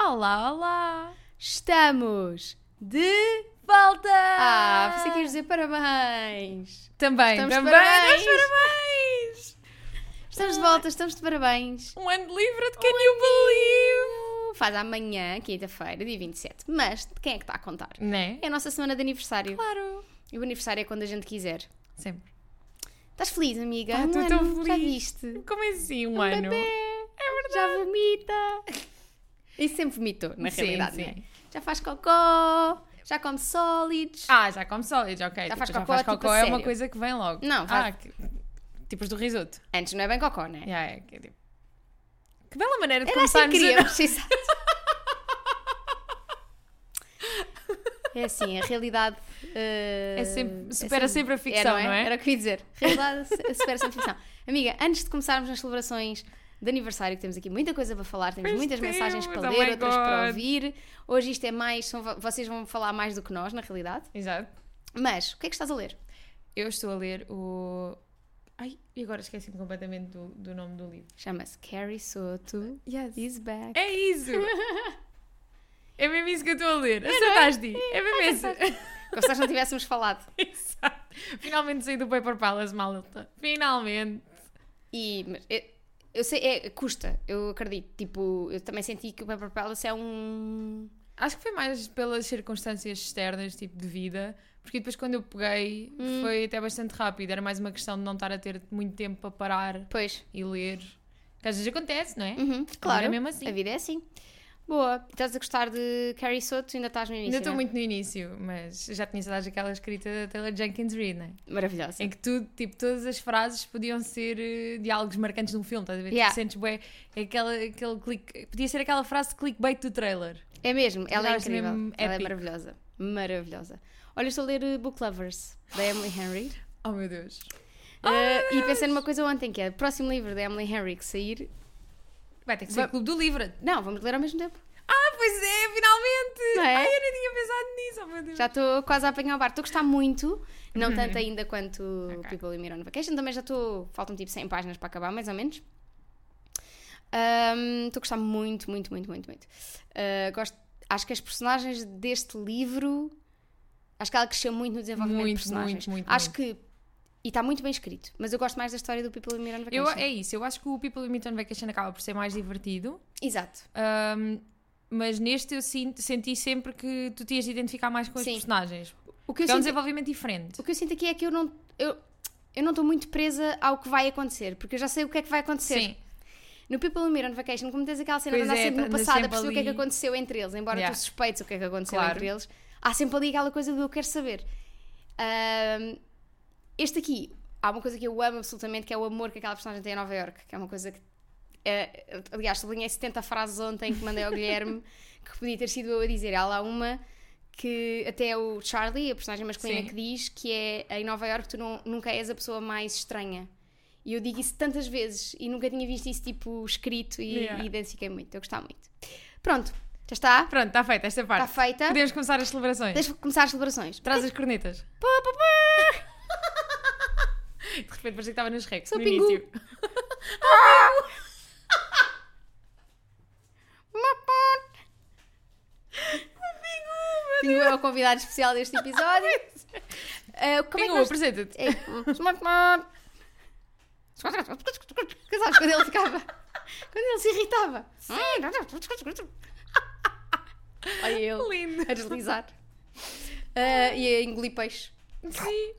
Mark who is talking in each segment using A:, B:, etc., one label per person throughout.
A: Olá, olá!
B: Estamos de volta!
A: Ah,
B: pensei que ias dizer parabéns!
A: Também,
B: Estamos de
A: também!
B: parabéns.
A: Meus parabéns!
B: Estamos de volta, estamos de parabéns!
A: Um ano de livro de Can You Believe!
B: Faz amanhã, quinta-feira, dia 27. Mas de quem é que está a contar?
A: Né?
B: É a nossa semana de aniversário.
A: Claro!
B: E o aniversário é quando a gente quiser.
A: Sempre.
B: Estás feliz, amiga?
A: Ah,
B: Um
A: estou
B: ano,
A: tão
B: Já
A: feliz.
B: viste?
A: Como assim, um,
B: Um
A: ano?
B: bebê! É verdade! Já vomita! E sempre vomitou, na
A: Sim,
B: realidade,
A: sim.
B: não é? Já faz cocó, já come sólidos.
A: Ah, já come sólidos, ok.
B: Já faz
A: Tipo,
B: cocó,
A: já faz
B: tipo,
A: cocó
B: a
A: é
B: sério.
A: uma coisa que vem logo.
B: Não,
A: ah,
B: faz-
A: que... tipos do risoto.
B: Antes não é bem cocó, não é?
A: Já é, que, tipo... que bela maneira de
B: Era assim que
A: começarmos a
B: queríamos, exato. É assim, a realidade. eh,
A: É sempre- supera sempre a ficção, não é?
B: Era o que eu ia dizer. Realidade se- supera sempre a ficção. Amiga, antes de começarmos nas celebrações de aniversário, que temos aqui muita coisa para falar, temos
A: Pois
B: muitas
A: temos,
B: mensagens para
A: oh
B: ler,
A: my
B: outras para
A: God.
B: ouvir. Hoje isto é mais. são vo- vocês vão falar mais do que nós, na realidade.
A: Exato.
B: Mas, o que é que estás a ler?
A: Eu estou a ler o. Ai, e agora esqueci-me completamente do, do nome do livro.
B: Chama-se Carrie Soto is Back.
A: É isso! é mesmo isso que eu estou a ler. Acertaste! É mesmo
B: Como se nós não tivéssemos falado.
A: isso. Exato. Finalmente saí do Paper Palace, malta. Finalmente!
B: E mas, eu, eu sei, é, custa, eu acredito. Tipo, eu também senti que o Paper Palace é um.
A: Acho que foi mais pelas circunstâncias externas, tipo de vida, porque depois quando eu peguei foi até bastante rápido. Era mais uma questão de não estar a ter muito tempo para parar
B: Pois,
A: e ler. Que às vezes acontece, não é?
B: uhum, claro.
A: é mesmo assim.
B: A vida é assim. Boa, estás a gostar de Carrie Soto? Ainda estás no início.
A: Ainda estou
B: não é?
A: muito no início, mas já tinha saudades daquela escrita da Taylor Jenkins Reid, né?
B: Maravilhosa.
A: Em que tudo, tipo, todas as frases podiam ser eh, diálogos marcantes de um filme, estás a ver?
B: Yeah.
A: Tu sentes bué, aquela, aquele clique, podia ser aquela frase de clickbait do trailer.
B: É mesmo, ela é
A: Nós
B: incrível.
A: mesmo
B: Ela é
A: épico.
B: maravilhosa. Maravilhosa. Olha, eu estou a ler eh, Book Lovers, da Emily Henry.
A: Oh meu Deus. Ah,
B: Eh, e pensei numa coisa ontem, que é o próximo livro da Emily Henry que sair.
A: Vai ter que ser
B: Va-
A: o Clube do Livro.
B: Não, vamos ler ao mesmo tempo.
A: Ah, pois é, finalmente!
B: Não é?
A: Ai, eu nem tinha pensado nisso, oh meu Deus.
B: Já estou quase a apanhar o bar. Estou a gostar muito,
A: Uhum.
B: não tanto ainda quanto People in on Vacation. Também já estou. Faltam tipo 100 páginas para acabar, mais ou menos. Ahm, Estou a gostar muito, muito, muito, muito, muito. Ah, gosto, acho que as personagens deste livro. Acho que ela cresceu muito no desenvolvimento
A: Muito,
B: de personagens.
A: muito, muito,
B: acho que. E está muito bem escrito, mas eu gosto mais da história do People in on Vacation.
A: Eu, é isso, eu acho que o People Limit on Vacation acaba por ser mais divertido,
B: Exato.
A: ahm, mas neste eu sinto- senti sempre que tu tinhas de identificar mais com os
B: Sim.
A: personagens.
B: O que eu
A: Porque é um
B: sinto-
A: desenvolvimento diferente.
B: O que eu sinto aqui é que eu não. Eu, eu não estou muito presa ao que vai acontecer, porque eu já sei o que é que vai acontecer.
A: Sim.
B: No People in Mirror Vacation, como tens aquela cena de
A: Pois
B: andar
A: é,
B: sempre no
A: andas
B: passado a
A: sempre
B: perceber o que é que
A: ali.
B: aconteceu entre eles, embora
A: Yeah.
B: tu suspeites o que é que aconteceu
A: Claro.
B: entre eles, há sempre ali aquela coisa do eu quero saber. Ahm, este aqui, há uma coisa que eu amo absolutamente, que é o amor que aquela personagem tem a Nova York, que é uma coisa que. é, aliás, sublinhei 70 frases ontem que mandei ao Guilherme, que podia ter sido eu a dizer. Há lá uma que até é o Charlie, a personagem masculina,
A: Sim.
B: que diz que é em Nova York tu não- nunca és a pessoa mais estranha. E eu digo isso tantas vezes e nunca tinha visto isso tipo escrito e,
A: Yeah.
B: e identifiquei muito. Eu gostava muito. Pronto, já está.
A: Pronto, está feita esta
B: Está
A: parte.
B: Tá feita.
A: Podemos começar as celebrações.
B: Deixa começar as celebrações.
A: Traz as cornetas.
B: Pá, pá, pá.
A: De repente parecia que estava nos recs
B: Sou
A: no
B: pingu. é
A: início.
B: Uma ponte. Pingu é o convidado especial deste episódio. Ah,
A: Pingu,
B: como é que nós...
A: apresenta-te.
B: É, uma ponte. Que sabes, quando ele ficava... Quando ele se irritava. Olha ele
A: Lindo.
B: a deslizar. Ah, e a engolir peixe.
A: Sim.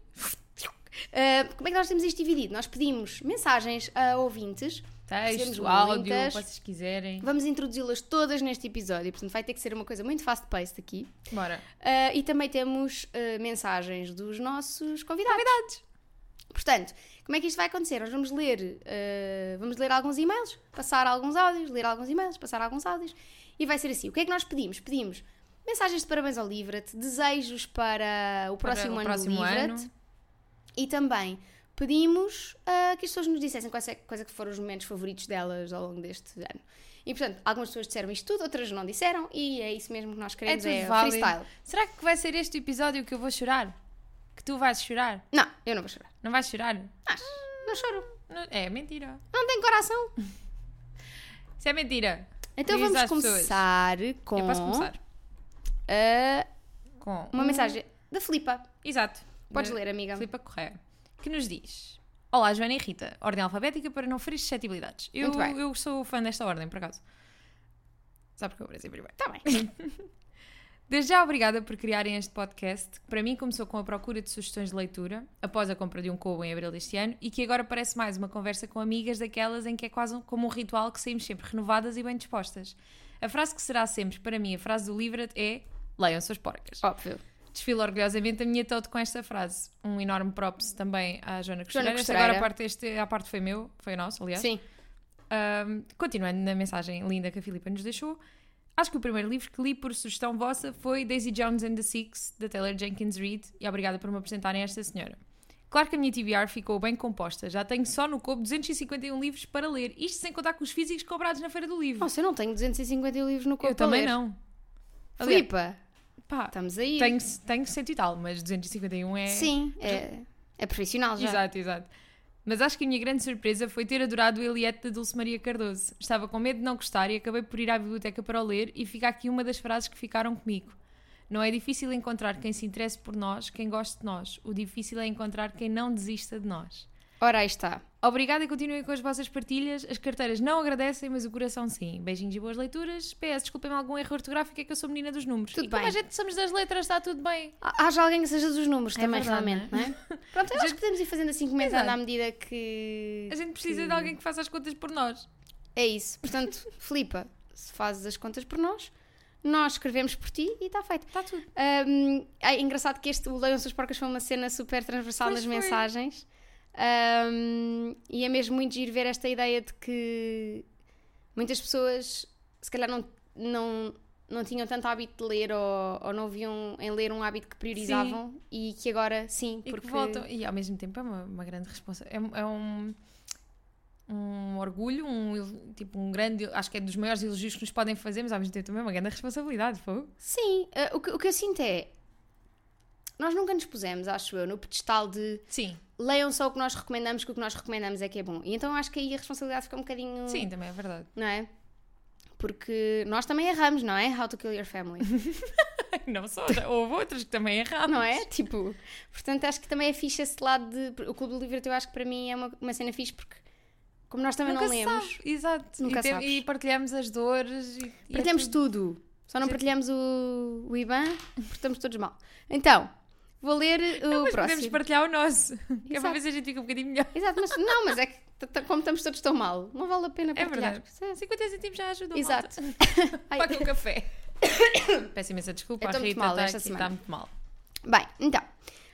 B: Uh, como é que nós temos isto dividido? Nós pedimos mensagens a ouvintes,
A: Texto,
B: Fizemos
A: áudio, o
B: muitas.
A: que vocês quiserem.
B: vamos introduzi-las todas neste episódio, portanto vai ter que ser uma coisa muito fast-paced aqui.
A: Bora.
B: Uh, e também temos uh, mensagens dos nossos convidados.
A: Novidades.
B: Portanto, como é que isto vai acontecer? Nós vamos ler, uh, vamos ler alguns e-mails, passar alguns áudios, ler alguns e-mails, passar alguns áudios, e vai ser assim. O que é que nós pedimos? Pedimos mensagens de parabéns ao Livra-te, desejos para o
A: Para
B: próximo
A: o
B: ano
A: próximo
B: do Livra-te.
A: ano.
B: E também pedimos ah, que as pessoas nos dissessem quais, é, quais é que foram os momentos favoritos delas ao longo deste ano. E portanto, algumas pessoas disseram isto tudo, outras não disseram, e é isso mesmo que nós
A: É
B: queremos,
A: tudo
B: é, o
A: válido.
B: freestyle.
A: Será que vai ser este o episódio que eu vou chorar? Que tu vais chorar?
B: Não, eu não vou chorar.
A: Não vais chorar?
B: Mas, não choro.
A: Não- É mentira.
B: Não tenho coração.
A: Isso é mentira.
B: Então
A: Diz
B: vamos
A: às pessoas.
B: começar com
A: Eu posso começar
B: ah,
A: com
B: uma
A: um-
B: mensagem da Filipa.
A: Exato.
B: Podes
A: Da
B: ler, amiga.
A: Filipa Correia, que nos diz: Olá, Joana e Rita, ordem alfabética para não ferir suscetibilidades. Eu,
B: Muito bem.
A: eu sou fã desta ordem, por acaso. Sabe porque eu vou dizer primeiro.
B: Está Tá bem.
A: Desde já, obrigada por criarem este podcast, que para mim começou com a procura de sugestões de leitura, após a compra de um cubo em abril deste ano, e que agora parece mais uma conversa com amigas daquelas em que é quase um- como um ritual que saímos sempre renovadas e bem dispostas. A frase que será sempre, para mim, a frase do livro é: Leiam suas porcas.
B: Óbvio.
A: Desfilo orgulhosamente a minha todo com esta frase. Um enorme props também à Joana Costureira. Esta
B: Costureira.
A: agora a parte, este, a parte foi meu, foi nosso, aliás.
B: Sim.
A: Ahm, continuando na mensagem linda que a Filipa nos deixou, acho que o primeiro livro que li por sugestão vossa foi Daisy Jones and the Six, da Taylor Jenkins Reid, e obrigada por me apresentarem esta senhora. Claro que a minha TBR ficou bem composta, já tenho só no copo 251 livros para ler, isto sem contar com os físicos comprados na feira do livro.
B: Nossa, eu não tenho 250 livros no corpo.
A: Eu também não. Aliás,
B: Filipa,
A: pá,
B: estamos aí.
A: tenho, tenho cento e tal, mas 251 é.
B: Tá. Sim, é, é profissional já.
A: Exato, exato. Mas acho que a minha grande surpresa foi ter adorado o Eliette da Dulce Maria Cardoso. Estava com medo de não gostar e acabei por ir à biblioteca para o ler e fica aqui uma das frases que ficaram comigo. Não é difícil encontrar quem se interesse por nós, quem goste de nós. O difícil é encontrar quem não desista de nós.
B: Ora, aí está.
A: Obrigada e continuem com as vossas partilhas. As carteiras não agradecem, mas o coração sim. Beijinhos e boas leituras. PS, desculpem-me algum erro ortográfico, é que eu sou menina dos números.
B: Tudo
A: e como
B: bem.
A: a gente somos das letras, está tudo bem.
B: Há- Haja alguém que seja dos números
A: É
B: também,
A: verdade,
B: realmente, não é? Pronto, eu acho que podemos ir fazendo assim, comentando
A: Exato.
B: à medida que.
A: A gente precisa de alguém que faça as contas por nós.
B: É isso. Portanto, Filipa, se fazes as contas por nós, nós escrevemos por ti e está feito.
A: Está tudo.
B: Hum, é engraçado que este, o Leiam Suas Porcas foi uma cena super transversal
A: Pois
B: nas
A: foi.
B: mensagens. Hum, e é mesmo muito giro ver esta ideia de que muitas pessoas, se calhar, não, não, não tinham tanto hábito de ler ou, ou não viam em ler um hábito que priorizavam e que agora sim,
A: E
B: porque.
A: que voltam. E ao mesmo tempo é uma, uma grande responsabilidade. É, é um, um orgulho, um, el- tipo, um grande. Acho que é dos maiores elogios que nos podem fazer, mas ao mesmo tempo também é uma grande responsabilidade. Fogo.
B: Sim, ah, o, que, o que eu sinto é. Nós nunca nos pusemos, acho eu, no pedestal de
A: Sim,
B: leiam só o que nós recomendamos, que o que nós recomendamos é que é bom. E então acho que aí a responsabilidade fica um bocadinho.
A: sim, também é verdade.
B: não é? Porque nós também erramos, não é? How to kill your family,
A: Não só, já houve outras que também erraram.
B: não é? Tipo, portanto acho que também é fixe esse lado de. O Clube do Livro, eu acho que para mim é uma, uma cena fixe porque, como nós também
A: Nunca
B: não
A: se
B: lemos,
A: sabe. Exato.
B: Nunca
A: e, tem-
B: sabes.
A: e partilhamos as dores. E, e é
B: partilhamos
A: tudo.
B: tudo. Só não partilhamos o, o IBAN porque estamos todos mal. Então, vou ler o
A: Mas podemos
B: próximo.
A: partilhar o nosso. Que é
B: Exato.
A: para ver se a gente fica um bocadinho melhor.
B: Exato, mas não, mas é que t- t- como estamos todos tão mal, não vale a pena
A: É
B: partilhar.
A: verdade. 50 centimos já ajudam.
B: Exato.
A: malta.
B: Ai.
A: Paga um café. Peço imensa desculpa.
B: Eu
A: a
B: tô muito
A: Rita
B: mal
A: está
B: esta
A: aqui,
B: semana.
A: Está muito mal.
B: Bem, então,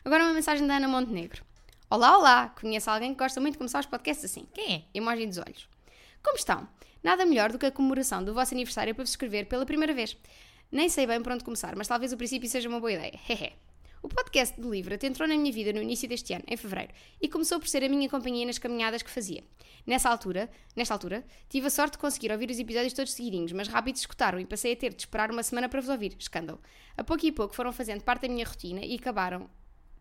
B: agora uma mensagem da Ana Montenegro. Olá, olá! Conheço alguém que gosta muito de começar os podcasts assim.
A: Quem é?
B: Imagem dos olhos. Como estão? Nada melhor do que a comemoração do vosso aniversário para vos escrever pela primeira vez. Nem sei bem por onde começar, mas talvez o princípio seja uma boa ideia. Hehe. O podcast de Livra entrou na minha vida no início deste ano, em fevereiro, e começou por ser a minha companhia nas caminhadas que fazia. Nessa altura, nesta altura, tive a sorte de conseguir ouvir os episódios todos seguidinhos, mas rápido escutaram e passei a ter de esperar uma semana para vos ouvir. Escândalo. A pouco e pouco foram fazendo parte da minha rotina e acabaram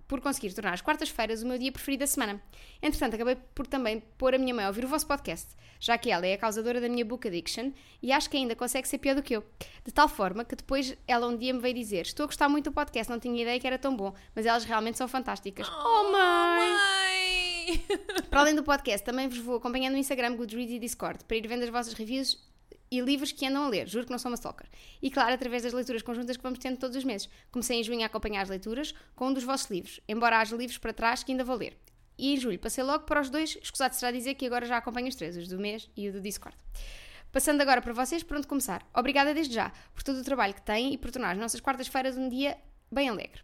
B: por conseguir tornar as quartas-feiras o meu dia preferido da semana. Entretanto, acabei por também pôr a minha mãe a ouvir o vosso podcast, já que ela é a causadora da minha book addiction e acho que ainda consegue ser pior do que eu. De tal forma que depois ela um dia me veio dizer: Estou a gostar muito do podcast, não tinha ideia que era tão bom, mas elas realmente são fantásticas. Oh, mãe!
A: Mãe!
B: Para além do podcast, também vos vou acompanhando no Instagram, Goodreads e Discord para ir vendo as vossas reviews e livros que andam a ler. Juro que não sou uma stalker. E claro, através das leituras conjuntas que vamos tendo todos os meses. Comecei em junho a acompanhar as leituras com um dos vossos livros, embora haja livros para trás que ainda vou ler. E em julho passei logo para os dois, escusado será dizer que agora já acompanho os três, os do mês e o do Discord. Passando agora para vocês, por onde começar. Obrigada desde já por todo o trabalho que têm e por tornar as nossas quartas-feiras um dia bem alegre.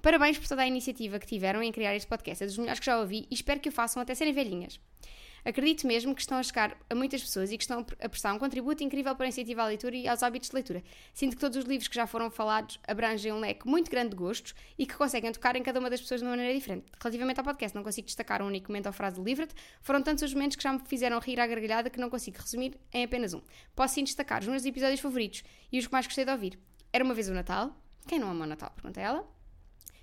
B: Parabéns por toda a iniciativa que tiveram em criar este podcast. É dos melhores que já ouvi e espero que o façam até serem velhinhas. Acredito mesmo que estão a chegar a muitas pessoas e que estão a prestar um contributo incrível para a iniciativa à leitura e aos hábitos de leitura. Sinto que todos os livros que já foram falados abrangem um leque muito grande de gostos e que conseguem tocar em cada uma das pessoas de uma maneira diferente. Relativamente ao podcast, não consigo destacar um único momento ou frase do livro. Foram tantos os momentos que já me fizeram rir à gargalhada que não consigo resumir em apenas um. Posso sim destacar os meus episódios favoritos e os que mais gostei de ouvir. Era uma vez o Natal. Quem não ama o Natal? Pergunta ela.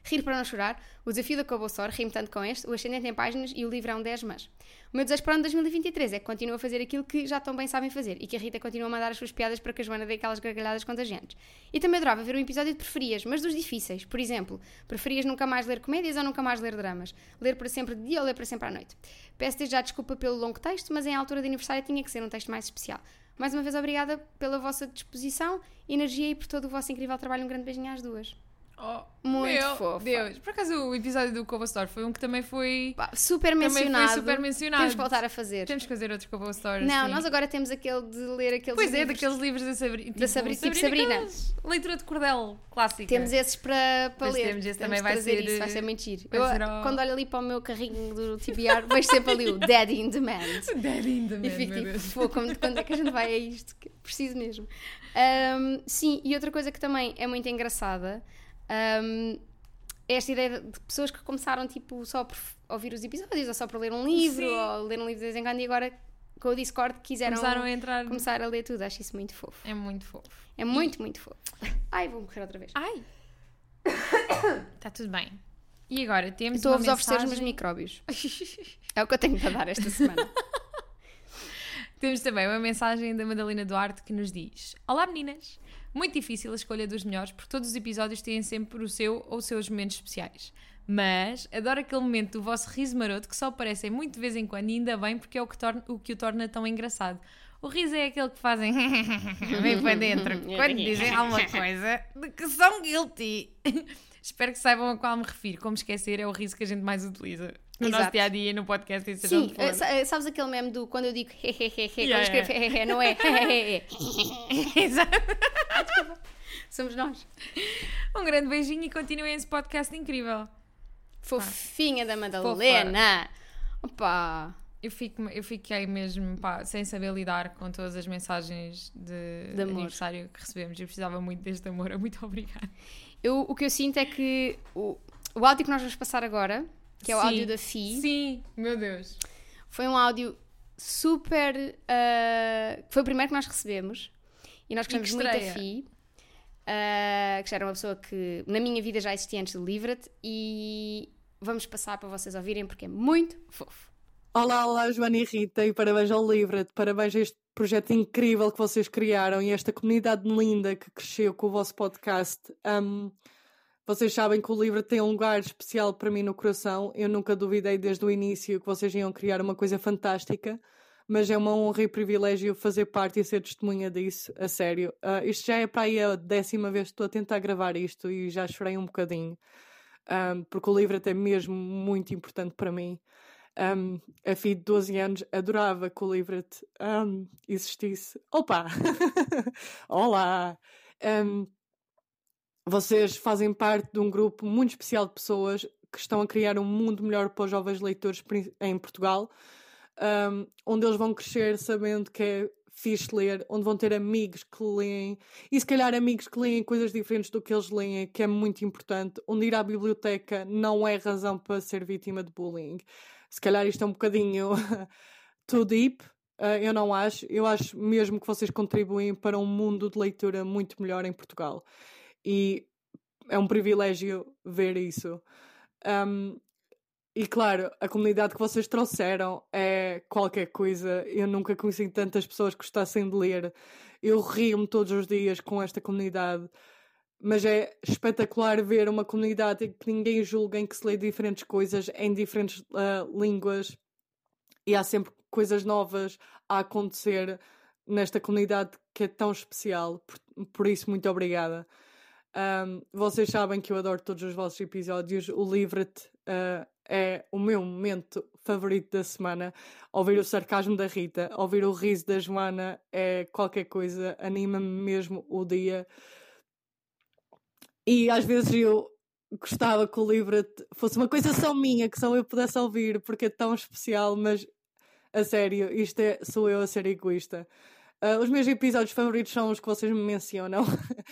B: Rir para não chorar, O desafio da Cobossor, rimo tanto com este, O ascendente em páginas e o livro é um 10 mas. O meu desejo para o ano 2023 é que continue a fazer aquilo que já tão bem sabem fazer e que a Rita continue a mandar as suas piadas para que a Joana dê aquelas gargalhadas contagiantes. E também adorava ver um episódio de preferias, mas dos difíceis. Por exemplo, preferias nunca mais ler comédias ou nunca mais ler dramas? Ler para sempre de dia ou ler para sempre à noite? Peço desde já desculpa pelo longo texto, mas em altura de aniversário tinha que ser um texto mais especial. Mais uma vez, obrigada pela vossa disposição, energia e por todo o vosso incrível trabalho. Um grande beijinho às duas.
A: Oh,
B: Muito
A: meu
B: fofa.
A: Deus. Por acaso o episódio do Cobo Store foi um que também foi.
B: Pá, super
A: Também foi
B: mencionado.
A: super mencionado.
B: Temos que voltar a fazer.
A: Temos que fazer outro Cobo Store.
B: Não,
A: assim.
B: nós agora temos aquele de ler aqueles
A: Pois é,
B: livros.
A: daqueles livros da Sabri- tipo,
B: Sabri- tipo Sabrina.
A: aquelas Leitura de cordel clássica.
B: Temos esses para, para
A: Pois
B: ler.
A: temos, esse também
B: de
A: vai
B: trazer
A: ser,
B: isso, vai
A: eh,
B: ser muito giro.
A: vai
B: Eu,
A: ser ao-
B: Quando olho ali para o meu carrinho do TBR, vejo sempre ali o Daddy in Demand.
A: Dead in the
B: E
A: Man,
B: fico
A: meu
B: tipo,
A: Deus.
B: "Pô, quando, quando é que a gente vai a isto? Que Preciso mesmo. Ahm, sim, e outra coisa que também é muito engraçada ahm, é esta ideia de pessoas que começaram tipo, só por ouvir os episódios, ou só por ler um livro,
A: Sim.
B: ou ler um livro de vez em quando, e agora com o Discord quiseram
A: Começaram a entrar.
B: começar a ler tudo. Acho isso muito fofo.
A: É muito fofo.
B: É muito, muito fofo. Ai, vou morrer outra vez.
A: Ai! Está Tá tudo bem. E agora temos
B: Estou
A: uma
B: a vos oferecer os meus
A: mensagem-
B: micróbios. É o que eu tenho para dar esta semana.
A: Temos também uma mensagem da Madalena Duarte que nos diz: Olá meninas! Muito difícil a escolha dos melhores, porque todos os episódios têm sempre o seu ou os seus momentos especiais. Mas adoro aquele momento do vosso riso maroto que só aparecem muito de vez em quando, e ainda bem porque é o que, torna- o, que o torna tão engraçado. O riso é aquele que fazem bem para dentro
B: É
A: quando dizem alguma coisa de que são guilty. Espero que saibam a qual me refiro. Como esquecer, é o riso que a gente mais utiliza no nosso
B: Exato.
A: dia a dia, no podcast, e seja
B: Sim, eh,
A: onde for.
B: sa- sabes aquele meme do quando eu digo hehehehe, quando eu
A: Yeah,
B: escrevo hehehe, não é hehehe. eh,
A: Exato.
B: Somos nós.
A: Um grande beijinho e continuem esse podcast incrível.
B: Fofinha da Madalena. Opa.
A: Eu, fico, eu fiquei mesmo pá, sem saber lidar com todas as mensagens de,
B: De amor.
A: aniversário que recebemos. Eu precisava muito deste amor. Muito obrigada.
B: Eu, o que eu sinto é que o, o áudio que nós vamos passar agora, que é o
A: Sim.
B: áudio da FI,
A: Sim, meu Deus.
B: foi um áudio super. ah, foi o primeiro que nós recebemos. E nós gostamos
A: que
B: muito da
A: estreia.
B: FI. ah, que já era uma pessoa que na minha vida já existia antes de Livra-te. E vamos passar para vocês ouvirem porque é muito fofo.
C: Olá, olá, Joana e Rita, e parabéns ao Livra-te, parabéns a este projeto incrível que vocês criaram e a esta comunidade linda que cresceu com o vosso podcast. Ahm, vocês sabem que o Livra tem um lugar especial para mim no coração. Eu nunca duvidei desde o início que vocês iam criar uma coisa fantástica, mas é uma honra e privilégio fazer parte e ser testemunha disso, a sério. Ah, isto já é para aí a décima vez que estou a tentar gravar isto e já chorei um bocadinho, ahm, porque o Livra-te é mesmo muito importante para mim. Um, a filha de 12 anos adorava que o Livra-te um, existisse. Opa! Olá! Um, vocês fazem parte de um grupo muito especial de pessoas que estão a criar um mundo melhor para os jovens leitores prin- em Portugal, um, onde eles vão crescer sabendo que é fixe ler, onde vão ter amigos que leem e se calhar amigos que leem coisas diferentes do que eles leem, que é muito importante, onde ir à biblioteca não é razão para ser vítima de bullying se calhar isto é um bocadinho too deep. eh, eu não acho. Eu acho mesmo que vocês contribuem para um mundo de leitura muito melhor em Portugal. E é um privilégio ver isso. Ahm, e claro, a comunidade que vocês trouxeram é qualquer coisa. Eu nunca conheci tantas pessoas que gostassem de ler. Eu rio-me todos os dias com esta comunidade. Mas é espetacular ver uma comunidade em que ninguém julga, em que se lê diferentes coisas, em diferentes ah, línguas. E há sempre coisas novas a acontecer nesta comunidade que é tão especial. Por, por isso, muito obrigada. Ahm, vocês sabem que eu adoro todos os vossos episódios. O Livre-te ah, é o meu momento favorito da semana. Ouvir o sarcasmo da Rita, ouvir o riso da Joana é qualquer coisa, anima-me mesmo o dia. E às vezes eu gostava que o livro fosse uma coisa só minha, que só eu pudesse ouvir, porque é tão especial, mas a sério, isto é, sou eu a ser egoísta. Ah, os meus episódios favoritos são os que vocês me mencionam.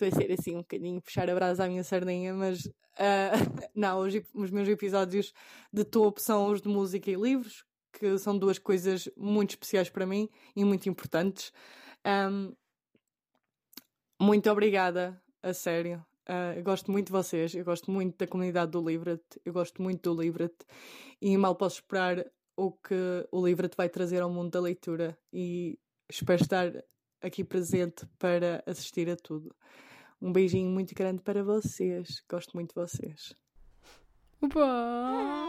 C: Estou a ser assim um bocadinho puxar a brasa à minha sardinha, mas ah, não, os, ep- os meus episódios de topo são os de música e livros, que são duas coisas muito especiais para mim e muito importantes. Ahm, muito obrigada, a sério. Ah, eu gosto muito de vocês, eu gosto muito da comunidade do Livret, eu gosto muito do Livret e mal posso esperar o que o Livret vai trazer ao mundo da leitura e espero estar aqui presente para assistir a tudo. Um beijinho muito grande para vocês, gosto muito de vocês.
B: Opa!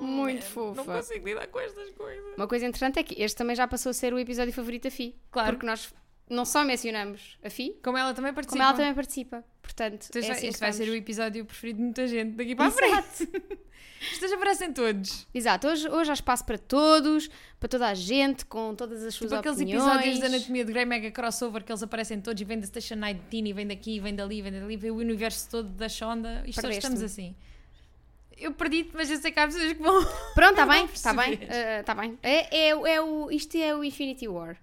B: Muito
A: Não
B: fofa.
A: consigo lidar com estas coisas.
B: Uma coisa interessante é que este também já passou a ser o episódio favorito da FI.
A: Claro.
B: Porque nós não só mencionamos a FI,
A: Como ela também participa.
B: como ela também participa. Portanto,
A: Então,
B: é
A: já-
B: assim
A: este
B: que
A: vai
B: estamos.
A: ser o episódio preferido de muita gente daqui para a frente. Estas aparecem todos.
B: Exato, hoje, hoje há espaço para todos, para toda a gente, com todas as suas
A: Tipo aqueles
B: opiniões.
A: episódios da Anatomia de Grey Mega Crossover que eles aparecem todos e vem da Station 19 e vem daqui, vem dali, vem dali, vem o universo todo da Shonda. Isto hoje
B: Perdeste-me.
A: estamos assim. Eu perdi-te, mas eu sei que há pessoas que vão.
B: Pronto, está
A: Não
B: bem, está bem,
A: percebes.
B: eh, está bem. É, é, o- é o, isto é o Infinity War.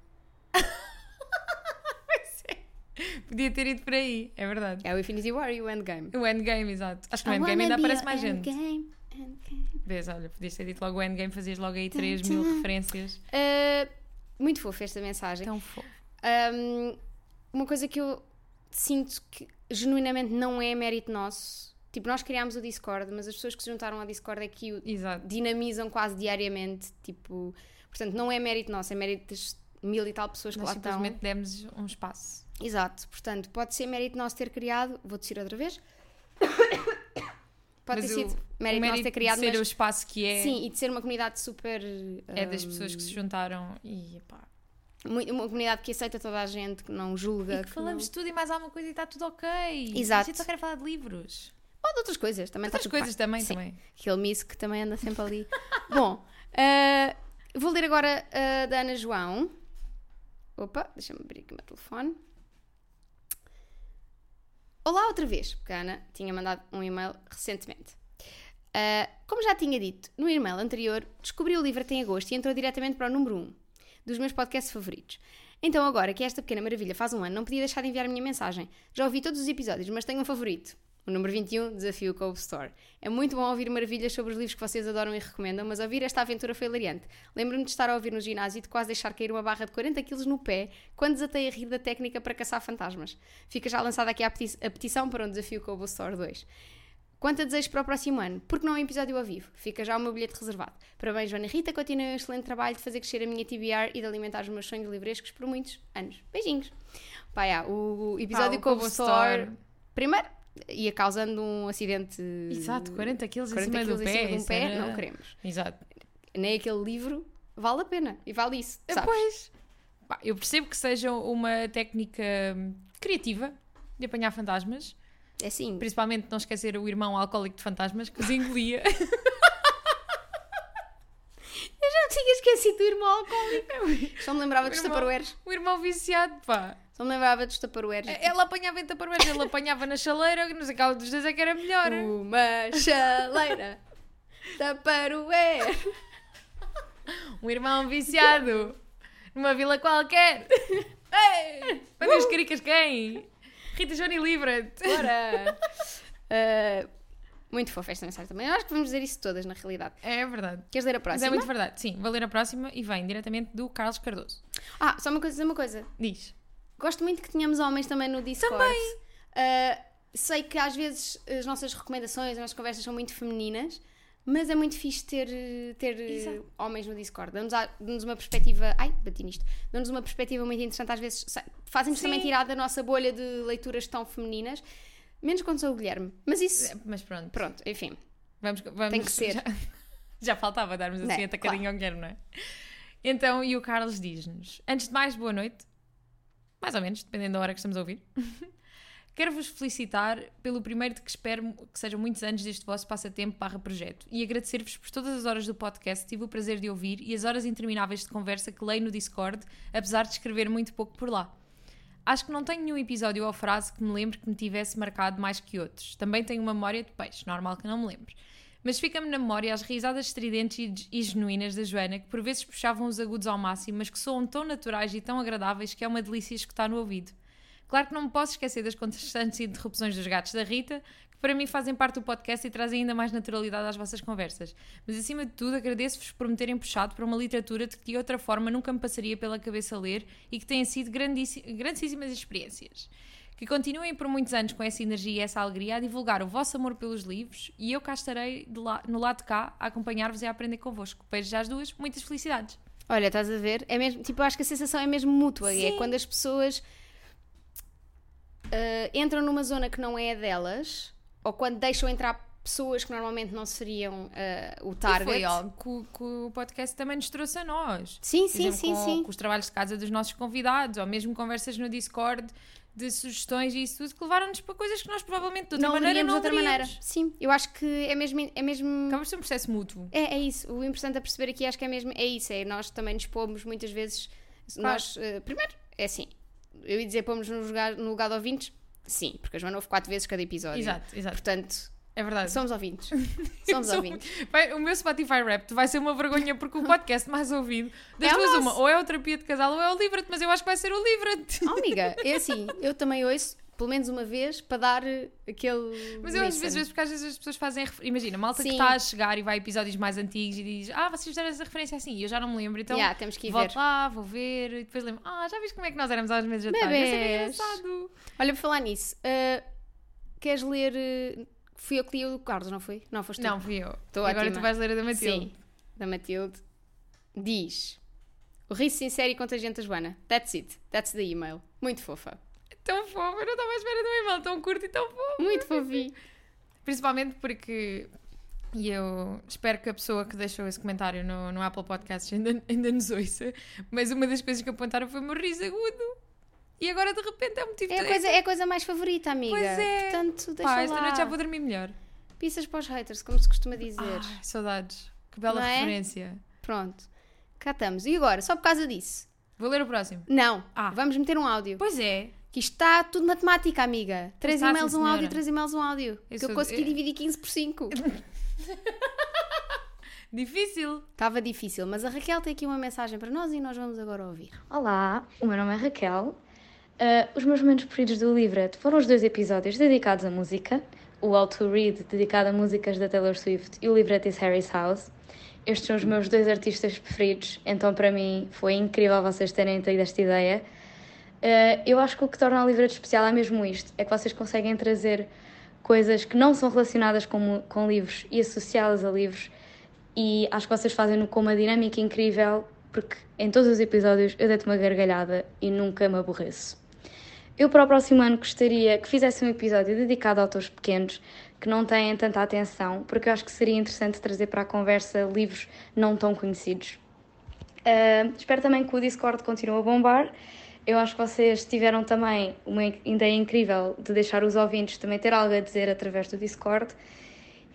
A: Podia ter ido por aí, é verdade.
B: É o Infinity War e o Endgame.
A: O Endgame, exato. Acho que no
B: I
A: Endgame ainda
B: wanna be
A: aparece
B: your
A: mais gente.
B: Endgame, Endgame.
A: Vês, olha, podias ter dito logo o Endgame, fazias logo aí 3 mil referências.
B: Eh, muito fofa esta mensagem.
A: Tão fofo.
B: Um, uma coisa que eu sinto que genuinamente não é mérito nosso. Tipo, nós criámos o Discord, mas as pessoas que se juntaram ao Discord é que o
A: Exato.
B: dinamizam quase diariamente. Tipo, portanto, não é mérito nosso, é mérito das mil e tal pessoas que
A: Nós
B: lá estão.
A: é simplesmente demos um espaço.
B: Exato, portanto, pode ser mérito nosso ter criado. Vou descer outra vez. Pode
A: Mas
B: ter
A: o-
B: sido
A: o
B: mérito, nosso ter
A: de
B: criado,
A: ser
B: mas
A: o espaço que é,
B: sim, Hum. e de ser uma comunidade super. eh,
A: é das pessoas que se juntaram e pá.
B: um, muito- uma comunidade que aceita toda a gente, que não julga.
A: É. E que falamos
B: não-
A: de tudo e mais alguma coisa e está tudo ok. A
B: Exato.
A: gente só quer falar de livros.
B: Ou de outras coisas, também
A: Outras
B: está tudo bem.
A: coisas também,
B: Sim.
A: também.
B: Aquele miss que também anda sempre ali. Bom, ah, vou ler agora a da Ana João. Opa, deixa-me abrir aqui o meu telefone. Olá outra vez, porque a Ana tinha mandado um e-mail recentemente. Ah, como já tinha dito no e-mail anterior, descobri o livro em agosto e entrou diretamente para o número 1 dos meus podcasts favoritos. Então, agora que esta pequena maravilha faz um ano, não podia deixar de enviar a minha mensagem. Já ouvi todos os episódios, mas tenho um favorito. O número 21, Desafio Cove Store. É muito bom ouvir maravilhas sobre os livros que vocês adoram e recomendam, mas ouvir esta aventura foi hilariante. Lembro-me de estar a ouvir no ginásio e de quase deixar cair uma barra de 40 kg no pé quando desatei a rir da técnica para caçar fantasmas. Fica já lançada aqui a peti- a petição para um Desafio Cove Store 2. Quanto a desejos para o próximo ano, porque não é um episódio ao vivo? Fica já o meu bilhete reservado. Parabéns, Joana e Rita, continuem o excelente trabalho de fazer crescer a minha TBR e de alimentar os meus sonhos livrescos por muitos anos. Beijinhos! Pá, já, o episódio
A: o
B: com o
A: Cobo
B: um Store,
A: Store.
B: primeiro, ia causando um acidente.
A: Exato, 40 quilos
B: 40
A: acima
B: quilos
A: do
B: em
A: pé.
B: cima de um
A: isso
B: pé,
A: era-
B: não queremos.
A: Exato.
B: Nem aquele livro vale a pena e vale isso, sabes?
A: Depois, pá, eu percebo que seja uma técnica hum, criativa de apanhar fantasmas.
B: É assim.
A: Principalmente não esquecer o irmão alcoólico de fantasmas que os engolia.
B: Eu já me tinha esquecido do irmão alcoólico. Só me lembrava
A: O
B: dos
A: irmão-
B: taparueres.
A: o irmão viciado, pá.
B: Só me lembrava dos taparueres.
A: Ela apanhava em taparueres, ele apanhava na chaleira, não sei qual dos dois é que era melhor.
B: Uma chaleira. é. Taparuer.
A: Um irmão viciado numa vila qualquer. Ei, Mandem os caricas quem? Rita Joana e livra-te.
B: Bora! Uh, muito fofa esta mensagem também. Eu acho que vamos dizer isso todas, na realidade.
A: É verdade.
B: Queres ler a
A: Mas
B: próxima?
A: é muito verdade. Sim, vou ler a próxima e vem diretamente do Carlos Cardoso.
B: Ah, só uma coisa, dizer uma coisa.
A: Diz.
B: Gosto muito que tenhamos homens também no Discord. Também! sei que às vezes as nossas recomendações, as nossas conversas são muito femininas, mas é muito fixe ter, ter uh,
A: Exato.
B: homens no Discord. Dão-nos a- dão-nos uma perspectiva. Ai, bati nisto. Dão-nos uma perspectiva muito interessante. Às vezes sa- fazem-nos
A: Sim.
B: também tirar da nossa bolha de leituras tão femininas. Menos quando sou o Guilherme. Mas isso.
A: Mas pronto,
B: Pronto, enfim.
A: vamos. vamos
B: Tem que ser.
A: Já, já faltava darmos assim
B: Não,
A: a tacadinha ao Guilherme, não é? Então, e o Carlos diz-nos: Antes de mais, boa noite. Mais ou menos, dependendo da hora que estamos a ouvir. Quero-vos felicitar pelo primeiro de que espero que sejam muitos anos deste vosso passatempo barra projeto e agradecer-vos por todas as horas do podcast que tive o prazer de ouvir e as horas intermináveis de conversa que leio no Discord, apesar de escrever muito pouco por lá. Acho que não tenho nenhum episódio ou frase que me lembre que me tivesse marcado mais que outros. Também tenho uma memória de peixe, normal que não me lembre. Mas fica-me na memória as risadas estridentes e- e genuínas da Joana, que por vezes puxavam os agudos ao máximo, mas que soam tão naturais e tão agradáveis que é uma delícia escutar no ouvido. Claro que não me posso esquecer das constantes interrupções dos gatos da Rita, que para mim fazem parte do podcast e trazem ainda mais naturalidade às vossas conversas. Mas acima de tudo, agradeço-vos por me terem puxado para uma literatura de que de outra forma nunca me passaria pela cabeça ler e que têm sido grandíssi- grandíssimas experiências. Que continuem por muitos anos com essa energia e essa alegria a divulgar o vosso amor pelos livros e eu cá estarei de lá- no lado de cá a acompanhar-vos e a aprender convosco. Beijo às duas, muitas felicidades.
B: Olha, estás a ver? É mesmo, tipo, eu acho que a sensação é mesmo mútua. e É
A: Sim.
B: quando as pessoas ah, entram numa zona que não é a delas, ou quando deixam entrar pessoas que normalmente não seriam ah, o
A: E
B: target.
A: foi algo que, que o podcast também nos trouxe a nós.
B: Sim,
A: Por
B: sim,
A: exemplo,
B: sim,
A: com,
B: sim.
A: com os trabalhos de casa dos nossos convidados, ou mesmo conversas no Discord de sugestões e isso tudo, que levaram-nos para coisas que nós provavelmente de outra
B: não
A: maneira
B: leríamos
A: não
B: de outra
A: leríamos.
B: maneira. Sim, eu acho que é mesmo. É, mesmo
A: Acaba por ser um processo mútuo.
B: é, é isso. O importante a perceber aqui acho que é mesmo. É isso. É nós também nos pomos muitas vezes. Nós, ah, primeiro, é assim. Eu ia dizer pomos no lugar, no lugar de ouvintes. Sim, porque a Joana houve quatro vezes cada episódio.
A: Exato, exato.
B: Portanto,
A: É verdade.
B: somos ouvintes. Somos
A: Sou-
B: ouvintes.
A: Vai- o meu Spotify Wrapped vai ser uma vergonha porque o podcast mais ouvido das
B: É o
A: duas
B: nosso.
A: uma, ou é o terapia de casal ou é o Livra-te, mas eu acho que vai ser o Livra-te.
B: Oh, amiga, é assim, eu também ouço pelo menos uma vez para dar eh, aquele.
A: Mas eu às vezes
B: listen.
A: vejo porque às vezes as pessoas fazem. refer- Imagina, a malta que
B: Sim.
A: está a chegar e vai a episódios mais antigos e diz: Ah, vocês deram essa referência assim, e eu já não me lembro, então
B: Yeah, temos que ir
A: volto
B: ver.
A: lá, vou ver, e depois lembro: Ah, já viste como é que nós éramos aos meses atrás? Isso é bem
B: Bebés.
A: engraçado.
B: Olha, por falar nisso, eh, queres ler. eh, fui eu que li o do Carlos, não foi? Não, foste
A: Não,
B: tu.
A: fui eu.
B: Tô
A: Agora
B: ótima.
A: tu vais ler a da Matilde.
B: Sim, da Matilde. Diz: O riso sincero e contagiante da Joana. That's it. That's the email. Muito fofa.
A: Tão fofo, eu não estava à espera de um e-mail tão curto e tão fofo.
B: Muito fofinho.
A: Principalmente porque. E eu espero que a pessoa que deixou esse comentário no, no Apple Podcasts ainda, ainda nos ouça, mas uma das coisas que apontaram foi o meu riso agudo. E agora de repente é um motivo
B: É a
A: de-
B: coisa, é a coisa mais favorita, amiga.
A: Pois é.
B: Portanto, deixa
A: Pá, esta
B: lá.
A: noite já vou Ah, dormir melhor.
B: Pisas para os haters, como se costuma dizer.
A: Ai, saudades. Que bela
B: Não é?
A: referência.
B: Pronto. Cá estamos. E agora, só por causa disso.
A: Vou ler o próximo.
B: Não,
A: Ah.
B: vamos meter um áudio.
A: Pois é.
B: Que isto está tudo matemática, amiga. Três
A: está,
B: e-mails,
A: sim,
B: um
A: senhora.
B: áudio, três e-mails, um áudio.
A: Eu
B: que eu
A: sou-
B: consegui
A: é.
B: dividir 15 por 5.
A: Difícil.
B: Estava difícil, mas a Raquel tem aqui uma mensagem para nós e nós vamos agora ouvir.
D: Olá, o meu nome é Raquel. Ah, os meus momentos preferidos do Livret foram os dois episódios dedicados à música, o All to Read, dedicado a músicas da Taylor Swift, e o Livret is Harry's House. Estes são os meus dois artistas preferidos, então para mim foi incrível vocês terem tido esta ideia. Ah, eu acho que o que torna o Livret especial é mesmo isto, é que vocês conseguem trazer coisas que não são relacionadas com, mu- com livros e associá-las a livros e acho que vocês fazem-no com uma dinâmica incrível, porque em todos os episódios eu deito uma gargalhada e nunca me aborreço. Eu para o próximo ano gostaria que fizesse um episódio dedicado a autores pequenos que não têm tanta atenção, porque eu acho que seria interessante trazer para a conversa livros não tão conhecidos. Uh, espero também que o Discord continue a bombar. Eu acho que vocês tiveram também uma ideia incrível de deixar os ouvintes também ter algo a dizer através do Discord.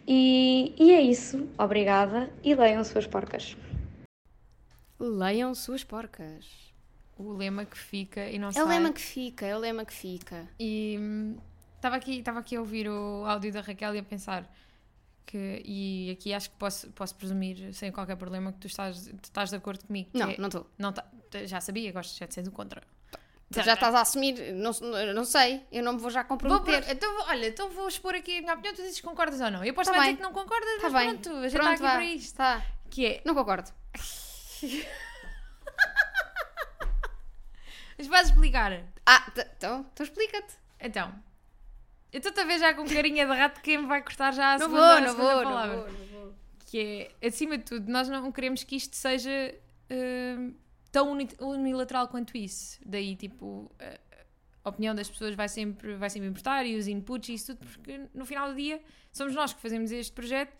D: E, e é isso. Obrigada e leiam suas porcas.
B: Leiam suas porcas.
A: O lema que fica e não
B: É
A: sai.
B: o lema que fica, é o lema que fica.
A: E hum, estava aqui, estava aqui a ouvir o áudio da Raquel e a pensar que. E aqui acho que posso, posso presumir, sem qualquer problema, que tu estás, tu estás de acordo comigo. que
B: Não,
A: é-
B: não estou.
A: não tá- já sabia, gosto já de ser do contra.
B: Já estás a assumir, não, não sei, eu não me vou já
A: tá. Vou pôr-
B: comprometer.
A: então, vou- olha, então vou expor aqui a minha opinião, tu dizes que concordas ou não. Eu posso
B: Tá
A: lá
B: bem.
A: dizer que não concordas,
B: Está
A: mas
B: bem.
A: pronto, já está aqui
B: vá.
A: para isto.
B: Tá.
A: Que é,
B: Não concordo.
A: mas vais explicar.
B: Ah, t- então, então explica-te.
A: Então. Eu estou a ver já com carinha de rato quem me vai cortar já a
B: Não vou,
A: segunda, a
B: não
A: segunda
B: vou, não
A: palavra.
B: vou, não vou.
A: Que é, acima de tudo, nós não queremos que isto seja hum, tão uni- unilateral quanto isso. Daí, tipo, a- a opinião das pessoas vai sempre, vai sempre importar e os inputs e isso tudo, porque no final do dia somos nós que fazemos este projeto,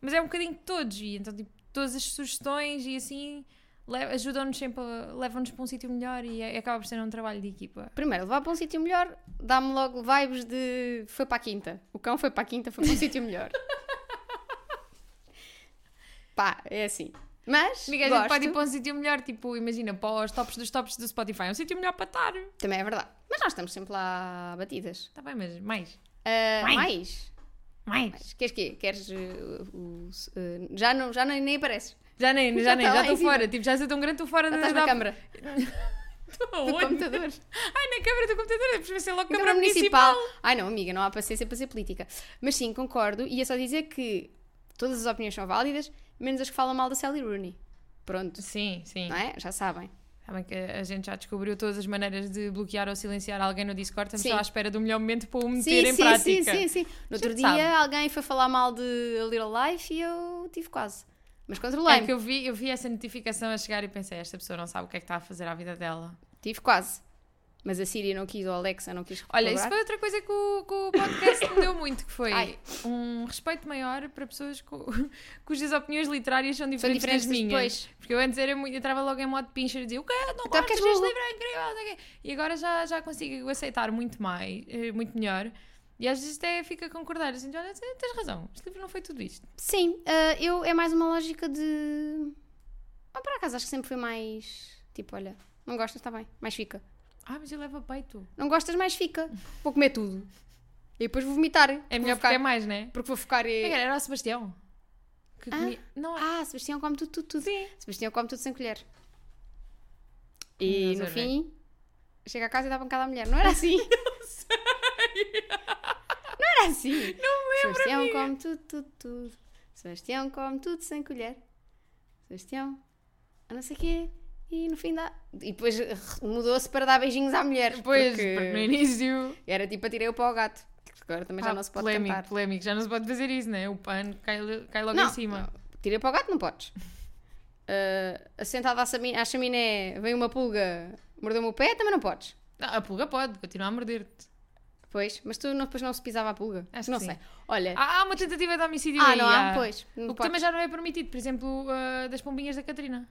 A: mas é um bocadinho de todos. E então, tipo, todas as sugestões e assim le- ajudam-nos sempre, a- levam-nos para um sítio melhor e é- acaba por ser um trabalho de equipa.
B: Primeiro, levar para um sítio melhor dá-me logo vibes de foi para a quinta. O cão foi para a quinta, foi para um sítio melhor. Pá, é assim. Mas,
A: Miguel, a gente
B: gosto,
A: pode ir para um sítio melhor, tipo, imagina, para os tops dos tops do Spotify, é um sítio melhor para estar. Está
B: também é verdade. Mas nós estamos sempre lá batidas.
A: bem, mas mais.
B: Ah,
A: Mais.
B: mais?
A: Mais.
B: mais? Queres quê? Queres uh, o- o- uh, já não, já nem, nem aparece.
A: Já nem, já
B: Já
A: nem,
B: tá
A: já
B: lá
A: estou
B: em cima.
A: fora. Tipo, já sou tão grande, estou fora da,
B: Já estás
A: da-
B: na câmara
A: Estou
B: do
A: aonde?
B: computador.
A: Ai, na câmara do computador, depois vai ser logo
B: Na
A: câmara municipal.
B: Ai não, amiga, não há paciência para ser política. Mas sim, concordo. E é só dizer que todas as opiniões são válidas, menos as que falam mal da Sally Rooney. Pronto.
A: Sim, sim.
B: não é? Já sabem.
A: Sabem que a gente já descobriu todas as maneiras de bloquear ou silenciar alguém no Discord, estamos
B: Sim.
A: só à espera do melhor momento para o meter
B: Sim,
A: em
B: sim,
A: prática.
B: sim, sim, sim. No outro
A: gente
B: dia
A: sabe.
B: alguém foi falar mal de A Little Life e eu tive quase. Mas
A: É
B: controlei-me.
A: que eu vi, eu vi essa notificação a chegar e pensei, esta pessoa não sabe o que é que está a fazer à vida dela.
B: Tive quase. Mas a Siri não quis, ou a Alexa não quis.
A: Olha,
B: colaborar.
A: isso foi outra coisa que o, que o podcast me deu muito, que foi
B: Ai.
A: um respeito maior para pessoas cu- cujas opiniões literárias são
B: São
A: diferentes,
B: diferentes
A: das minhas.
B: depois.
A: Porque eu antes era muito, eu entrava logo em modo pincher e dizia o quê? Não
B: Então
A: gosto,
B: queres
A: este livro
B: Google?
A: é incrível, não sei o quê." E agora já, já consigo aceitar muito mais, eh, muito melhor. E às vezes até fico a concordar, assim, olha, tens razão, este livro não foi tudo isto.
B: Sim, ah, eu, é mais uma lógica de. Ah, por acaso, acho que sempre foi mais. Tipo, olha, não gostas, está bem, mais fica.
A: Ah, mas eu levo a peito.
B: Não gostas, mais fica. Vou comer tudo. E depois vou vomitar.
A: É
B: Vou
A: melhor porque
B: focar-
A: é mais, né?
B: Porque vou focar.
A: É,
B: Em...
A: cara, Era o Sebastião. Que
B: Ah.
A: comia- Não,
B: Ah, Sebastião come tudo, tudo, tudo.
A: Sim.
B: Sebastião come tudo sem colher. E
A: Mas
B: no
A: olha
B: fim, chega a casa e dá pancada à mulher. Não era assim? Não era assim. Não lembro, Sebastião come tudo, tudo, tudo. Sebastião come tudo sem colher. Sebastião, a não sei quê. E no fim dá. E depois eh, mudou-se para dar beijinhos à mulher.
A: Pois,
B: porque
A: porque no início.
B: era tipo atirei o pau ao gato. Agora também já
A: pá,
B: não se pode
A: Ah, polémico,
B: cantar.
A: polémico, já não se pode fazer isso, né? O pano cai, lo- cai logo
B: Não,
A: em cima.
B: não. Tira para o gato, não podes. Ah, assentada à, chaminé, à chaminé, vem uma pulga, mordeu-me o pé, também não podes.
A: Não, a pulga pode, continua a morder-te.
B: Pois, mas tu não, depois não se pisava a pulga.
A: Acho que
B: não
A: sim.
B: sei. Olha,
A: Ah, há uma tentativa de homicídio
B: É. ah,
A: aí,
B: não há, pois. Não
A: O que
B: podes.
A: também já não é permitido, por exemplo, ah, das pombinhas da Catarina.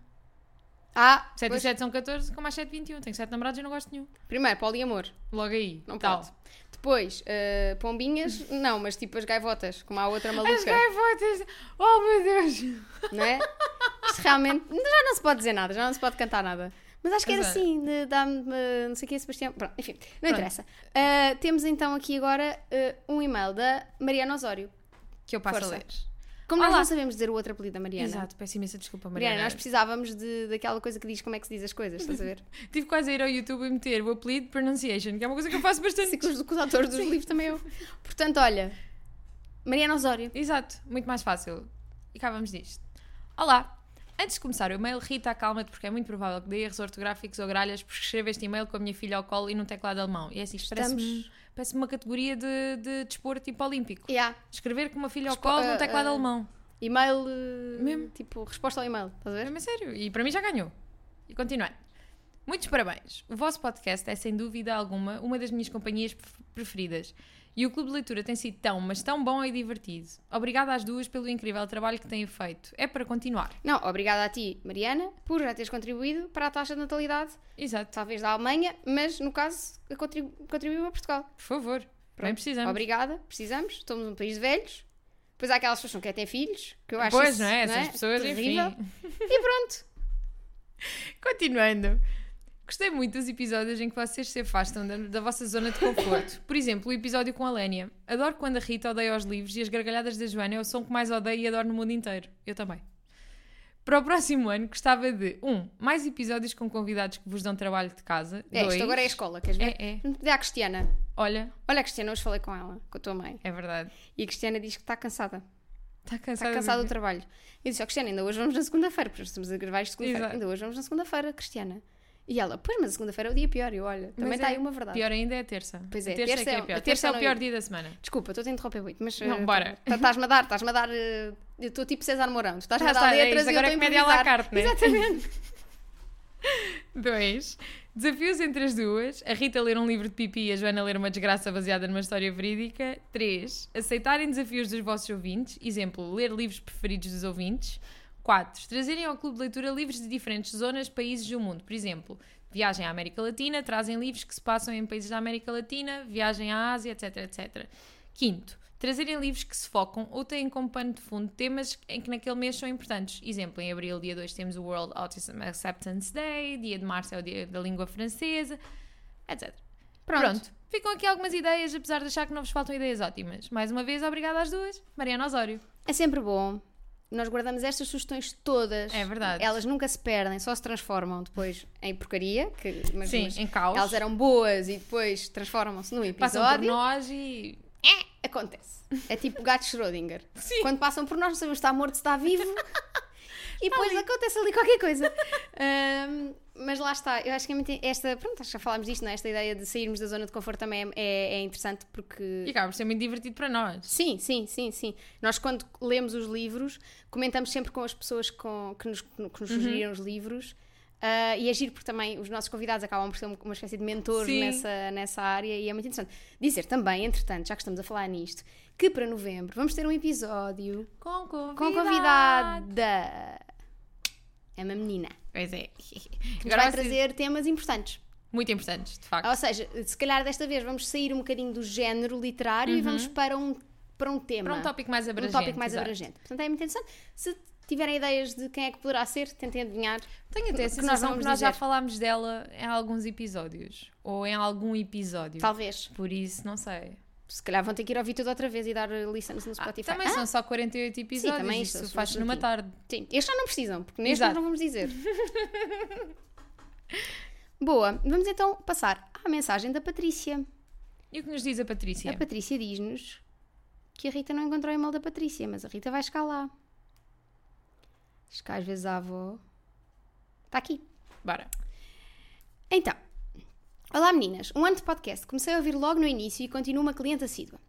B: Ah,
A: 7
B: pois.
A: e 7 são 14, com mais 7, 21. Tenho 7 namorados e não gosto de nenhum.
B: Primeiro, poliamor,
A: Logo aí.
B: não
A: tal.
B: pode. Depois, ah, pombinhas, não, mas tipo as gaivotas, como há outra
A: As
B: maluca,
A: gaivotas! Oh meu Deus!
B: não é? Isto realmente, já não se pode dizer nada, já não se pode cantar nada. Mas acho que era
A: Mas é.
B: assim, de dar-me, ah, não sei o que, Sebastião. Pronto, enfim, não
A: Pronto.
B: interessa. Ah, temos então aqui agora ah, um e-mail da Mariana Osório.
A: Que eu passo
B: Força.
A: a ler.
B: Como nós
A: Olá.
B: não sabemos dizer o outro apelido da Mariana.
A: Exato, peço imensa desculpa,
B: Mariana,
A: Mariana.
B: nós precisávamos de, daquela coisa que diz como é que se diz as coisas, estás a ver?
A: Tive quase a ir ao YouTube e meter o apelido pronunciation, que é uma coisa que eu faço
B: Assim
A: bastante.
B: que os, que os autores dos livros também eu. Portanto, olha, Mariana Osório.
A: Exato, muito mais fácil. E cá vamos disto. Olá! Antes de começar o e-mail, Rita, acalma-te porque é muito provável que dê erros ortográficos ou gralhas porque escrevo este e-mail com a minha filha ao colo e num teclado alemão. E é assim, isto parece-me
B: Estamos- É.
A: parece uma categoria de, de desporto tipo olímpico.
B: Yeah.
A: Escrever com uma filha ao
B: Respo-
A: colo
B: ah,
A: num teclado
B: ah.
A: alemão.
B: E-mail. eh,
A: Mesmo.
B: Tipo, resposta ao e-mail, estás a
A: É
B: ver?
A: mesmo sério. E para mim já ganhou. E continuando. Muitos parabéns. O vosso podcast é, sem dúvida alguma, uma das minhas companhias pref- preferidas. E o Clube de Leitura tem sido tão, mas tão bom e divertido. Obrigada às duas pelo incrível trabalho que têm feito. É para continuar.
B: Não, obrigada a ti, Mariana, por já teres contribuído para a taxa de natalidade,
A: Exato.
B: talvez da Alemanha, mas no caso, contribu- contribuiu a Portugal.
A: Por favor. Bem precisamos.
B: Obrigada, precisamos, somos um país de velhos. Pois há aquelas pessoas que não querem ter filhos, que eu acho
A: pois,
B: isso,
A: não é? Essas pessoas,
B: terrível.
A: enfim.
B: E pronto.
A: Continuando. Gostei muito dos episódios em que vocês se afastam da, da vossa zona de conforto. Por exemplo, o episódio com a Lénia. Adoro quando a Rita odeia os livros e as gargalhadas da Joana é o som que mais odeio e adoro no mundo inteiro. Eu também. Para o próximo ano, gostava de 1. Um, mais episódios com convidados que vos dão trabalho de casa.
B: É,
A: Dois,
B: isto agora é a escola, queres ver?
A: É, é.
B: Vamos pedir à Cristiana.
A: Olha,
B: Olha, a Cristiana, hoje falei com ela, com a tua mãe.
A: é verdade.
B: E a Cristiana diz que está cansada.
A: Está
B: Está
A: cansada.
B: Tá cansada do
A: de-
B: trabalho. E eu disse, ó Cristiana, ainda hoje vamos na segunda-feira, porque nós estamos a gravar isto segunda-feira.
A: Exato.
B: Ainda hoje vamos na segunda-feira, Cristiana. E ela, pois, mas a segunda-feira é o dia pior. E eu, olha, também
A: Mas
B: está
A: é-
B: aí uma verdade.
A: Pior ainda é a terça.
B: Pois é,
A: a terça,
B: terça
A: é que
B: é
A: é
B: o-
A: pior.
B: a
A: A terça é
B: terça
A: o pior
B: não-
A: dia da semana.
B: Desculpa, estou a interromper muito, mas...
A: Não,
B: eh,
A: bora.
B: tá- Estás-me a dar, estás-me a dar... eh, Eu estou tipo César Mourão. Tu estás-me
A: Já
B: a dar
A: está, é
B: letras
A: isso,
B: e eu
A: agora
B: estou
A: é comédia à la
B: improvisar.
A: carte, né?
B: Exatamente.
A: 2. Desafios entre as duas. A Rita ler um livro de pipi e a Joana ler uma desgraça baseada numa história verídica. 3. Aceitarem desafios dos vossos ouvintes. Exemplo, ler livros preferidos dos ouvintes. 4. Trazerem ao clube de leitura livros de diferentes zonas, países do mundo. Por exemplo, viagem à América Latina, trazem livros que se passam em países da América Latina, viagem à Ásia, etc, etc. Quinto, trazerem livros que se focam ou têm como pano de fundo temas em que naquele mês são importantes. Exemplo, em abril, dia 2, temos o World Autism Acceptance Day, dia de março é o dia da língua francesa, etc. Pronto. Ficam aqui algumas ideias, apesar de achar que não vos faltam ideias ótimas. Mais uma vez, obrigada às duas. Mariana Osório.
B: É sempre bom. Nós guardamos estas sugestões todas.
A: É verdade.
B: Elas nunca se perdem, só se transformam depois em porcaria. Que, mas,
A: Sim,
B: mas
A: em caos.
B: Elas eram boas e depois transformam-se num
A: Passam por
B: episódio.
A: nós e...
B: Acontece. É tipo o gato Schrödinger.
A: Sim.
B: Quando passam por nós, não sabemos se está morto, se está vivo. e depois acontece ali qualquer coisa. Ahm, mas lá está, eu acho que é muito esta, pronto, acho que já falámos disto, não é? Esta ideia de sairmos da zona de conforto também é, é- é interessante
A: E
B: porque.
A: acaba por ser muito divertido para nós.
B: Sim, sim, sim, sim. Nós quando lemos os livros, comentamos sempre com as pessoas com- que, nos, que
A: Uhum.
B: nos sugeriram os livros. ah, e agir porque também os nossos convidados acabam por ser um, uma uma espécie de mentor
A: Sim.
B: nessa, nessa área e é muito interessante. Dizer também, entretanto, já que estamos a falar nisto, que para novembro vamos ter um episódio
A: Com convidado.
B: com convidada. É uma menina.
A: Pois é.
B: Que nos
A: Agora
B: vai
A: vai ser
B: trazer temas importantes.
A: muito importantes, de facto.
B: Ou seja, se calhar desta vez vamos sair um bocadinho do género literário e vamos para um, para um tema.
A: Uhum. Para um tópico mais
B: Um
A: abrangente.
B: tópico mais
A: exato.
B: abrangente. Portanto, é muito interessante. Se tiverem ideias de quem é que poderá ser, tentem adivinhar.
A: Tenho até a
B: que nós
A: sensação que
B: vamos
A: nós, já
B: dizer.
A: falámos dela em alguns episódios. Ou em algum episódio.
B: Talvez.
A: Por isso, não sei.
B: Se calhar vão ter que ir ouvir tudo outra vez e dar eh, listens no
A: Ah,
B: Spotify.
A: também
B: Ah,
A: são só 48 episódios.
B: também
A: isso
B: isso,
A: faz
B: isso
A: numa
B: aqui.
A: tarde.
B: Sim, estes já não precisam, porque neste nós
A: Exato.
B: não vamos dizer. Boa, vamos então passar à mensagem da Patrícia.
A: E o que nos diz a Patrícia?
B: A Patrícia diz-nos que a Rita não encontrou o e-mail da Patrícia, mas a Rita vai chegar lá. Diz que às vezes a avó. Está aqui.
A: Bora.
B: Então, olá meninas, um ano de podcast. Comecei a ouvir logo no início e continuo uma cliente assídua.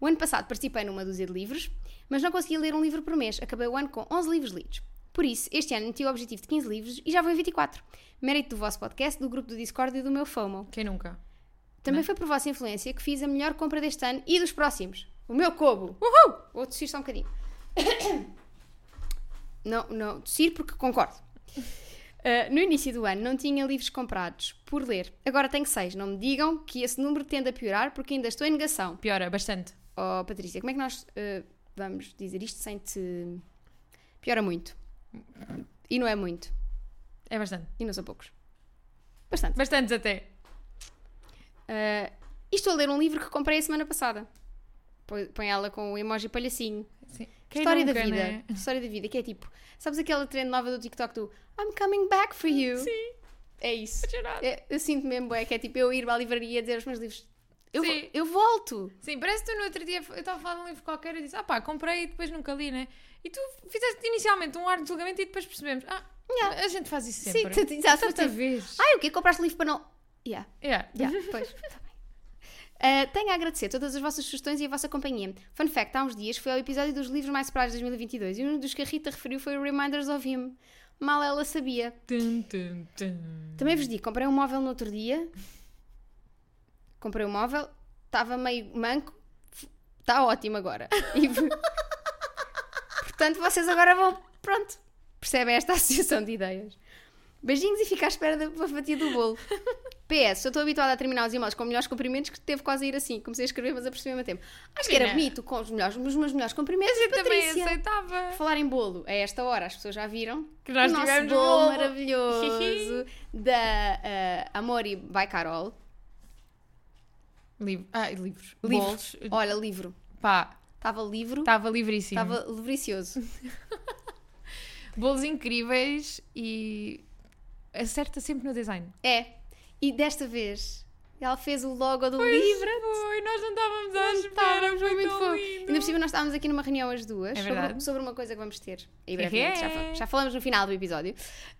B: O ano passado participei numa dúzia de livros, mas não consegui ler um livro por mês. Acabei o ano com 11 livros lidos. Por isso, este ano meti o objetivo de 15 livros e já vou em 24. Mérito do vosso podcast, do grupo do Discord e do meu FOMO.
A: Quem nunca?
B: Também foi por vossa influência que fiz a melhor compra deste ano e dos próximos. O meu cobo! Uhul! Vou tossir só um bocadinho. Não, não, tossir porque concordo. Uh, no início do ano não tinha livros comprados por ler. Agora tenho seis. Não me digam que esse número tende a piorar porque ainda estou em negação.
A: Piora bastante.
B: Oh, Patrícia, como é que nós uh, vamos dizer isto sem te. Piora muito. E não é muito.
A: É bastante.
B: E não são poucos. Bastante.
A: Bastantes até.
B: Uh, e estou a ler um livro que comprei a semana passada. Põe põe ela com o emoji palhacinho.
A: Sim.
B: História da
A: nunca,
B: vida.
A: né?
B: História da vida, que é tipo, sabes aquela trend nova do TikTok do I'm coming back for you? Sim. É isso.
A: Geraldo.
B: É, eu sinto mesmo, é que é tipo eu ir à livraria dizer os meus livros. Eu, vo-
A: Sim.
B: eu volto.
A: Sim, parece que tu no outro dia eu estava a falar de um livro qualquer e disse, ah pá, comprei e depois nunca li, né? E tu fizeste inicialmente um ar de julgamento e depois percebemos, ah,
B: Yeah.
A: a gente faz isso
B: Sim,
A: sempre.
B: tu- exato,
A: Tanta
B: foi tipo,
A: vez.
B: Ai, o quê? Compraste livro para não. Yeah.
A: Yeah.
B: Já, pois. Tá bem. Ah, tenho a agradecer todas as vossas sugestões e a vossa companhia. Fun fact: há uns dias foi ao episódio dos livros mais esperados de 2022 e um dos que a Rita referiu foi o Reminders of Him. Mal ela sabia.
A: Tum, tum, tum.
B: Também vos digo: comprei um móvel no outro dia. Comprei um móvel, estava meio manco, está ótimo agora. E v- Portanto, vocês agora vão. Pronto, percebem esta associação de ideias. Beijinhos e fica à espera da da fatia do bolo. PS, eu estou habituada a terminar os e-mails com melhores comprimentos que teve quase a ir assim. Comecei a escrever, mas apercebi-me a tempo. Acho que era
A: Menina.
B: bonito com os, melhores, os meus melhores comprimentos.
A: Eu também
B: Patrícia.
A: aceitava.
B: Por falar em bolo, a esta hora as pessoas já viram
A: Que nós
B: o nosso
A: tivemos um
B: bolo,
A: bolo.
B: maravilhoso da eh, Amori by Carol.
A: Livro. Ah, livros.
B: Livros.
A: Livros. Tá
B: Olha, livro.
A: Pá,
B: Estava livro,
A: estava livríssimo.
B: estava livricioso.
A: Bolos incríveis e acerta sempre no design.
B: É. E desta vez ela fez o logo do livro.
A: Foi, nós não estávamos à
B: Estávamos,
A: espera,
B: foi muito fofo. Ainda por
A: lindo.
B: cima, nós estávamos aqui numa reunião as duas
A: É
B: sobre,
A: verdade.
B: sobre uma coisa que vamos ter. E
A: É.
B: brevemente, já, fal- já falamos no final do episódio.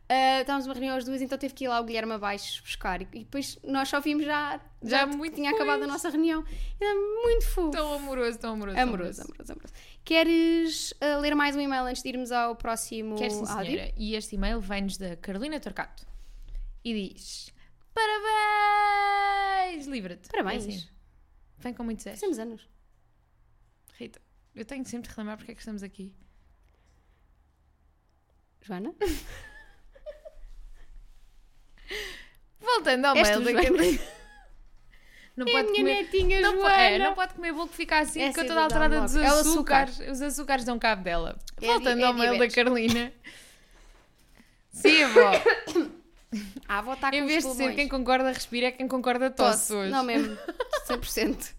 B: Ah, estávamos numa reunião as duas, então teve que ir lá o Guilherme abaixo buscar. E, e depois nós só vimos já,
A: Já
B: que
A: muito
B: tinha
A: depois.
B: acabado a nossa reunião. Era muito fofo.
A: Tão amoroso, tão amoroso. tão
B: Amoroso, amoroso, amoroso. Queres ah, ler mais um e-mail antes de irmos ao próximo
A: Quer sim,
B: áudio?
A: senhora. E este e-mail vem-nos da Carolina Torcato. E diz: Parabéns! Livra-te.
B: Parabéns.
A: É assim. Vem com muito zé.
B: Fizemos anos.
A: Rita, eu tenho sempre de relembrar porque é que estamos aqui.
B: Joana?
A: Voltando ao
B: És tu,
A: mail da
B: Joana?
A: Carolina. Não
B: É a
A: pode
B: minha
A: comer.
B: netinha
A: Não, po-
B: Joana.
A: é, não pode comer bolo que fica assim,
B: Essa
A: porque
B: é
A: eu toda
B: do Dom
A: alterada dos
B: Loco. É o açúcar.
A: açúcares. Os açúcares dão cabo dela.
B: É
A: Voltando
B: di- é
A: ao mail da
B: diabetes.
A: Carolina. Sim, avó.
B: A avó está Ah, com
A: Em
B: os
A: vez de ser
B: pulmões.
A: quem concorda respira, é quem concorda tosse hoje.
B: Não mesmo, 100%.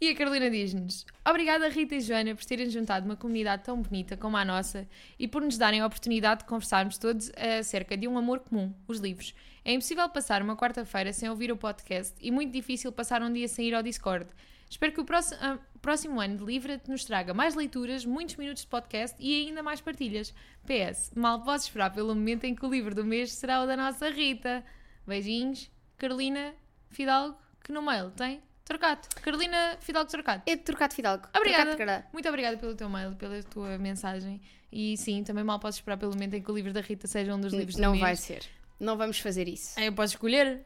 A: E a Carolina diz-nos: Obrigada, Rita e Joana, por terem juntado uma comunidade tão bonita como a nossa e por nos darem a oportunidade de conversarmos todos acerca de um amor comum, os livros. É impossível passar uma quarta-feira sem ouvir o podcast e muito difícil passar um dia sem ir ao Discord. Espero que o próximo, ah, próximo ano de Livra-te nos traga mais leituras, muitos minutos de podcast e ainda mais partilhas. PS, mal posso esperar pelo momento em que o livro do mês será o da nossa Rita. Beijinhos, Carolina Fidalgo, que no mail tem Trocato. Carolina Fidalgo Trocato.
B: É de Trocado Fidalgo.
A: Obrigada.
B: Trocado de Carvalho.
A: Muito obrigada pelo teu mail, pela tua mensagem. E sim, também mal posso esperar pelo momento em que o livro da Rita seja um dos livros do
B: Não
A: mês.
B: vai ser. Não vamos fazer isso. Ah,
A: Ah, Eu posso escolher?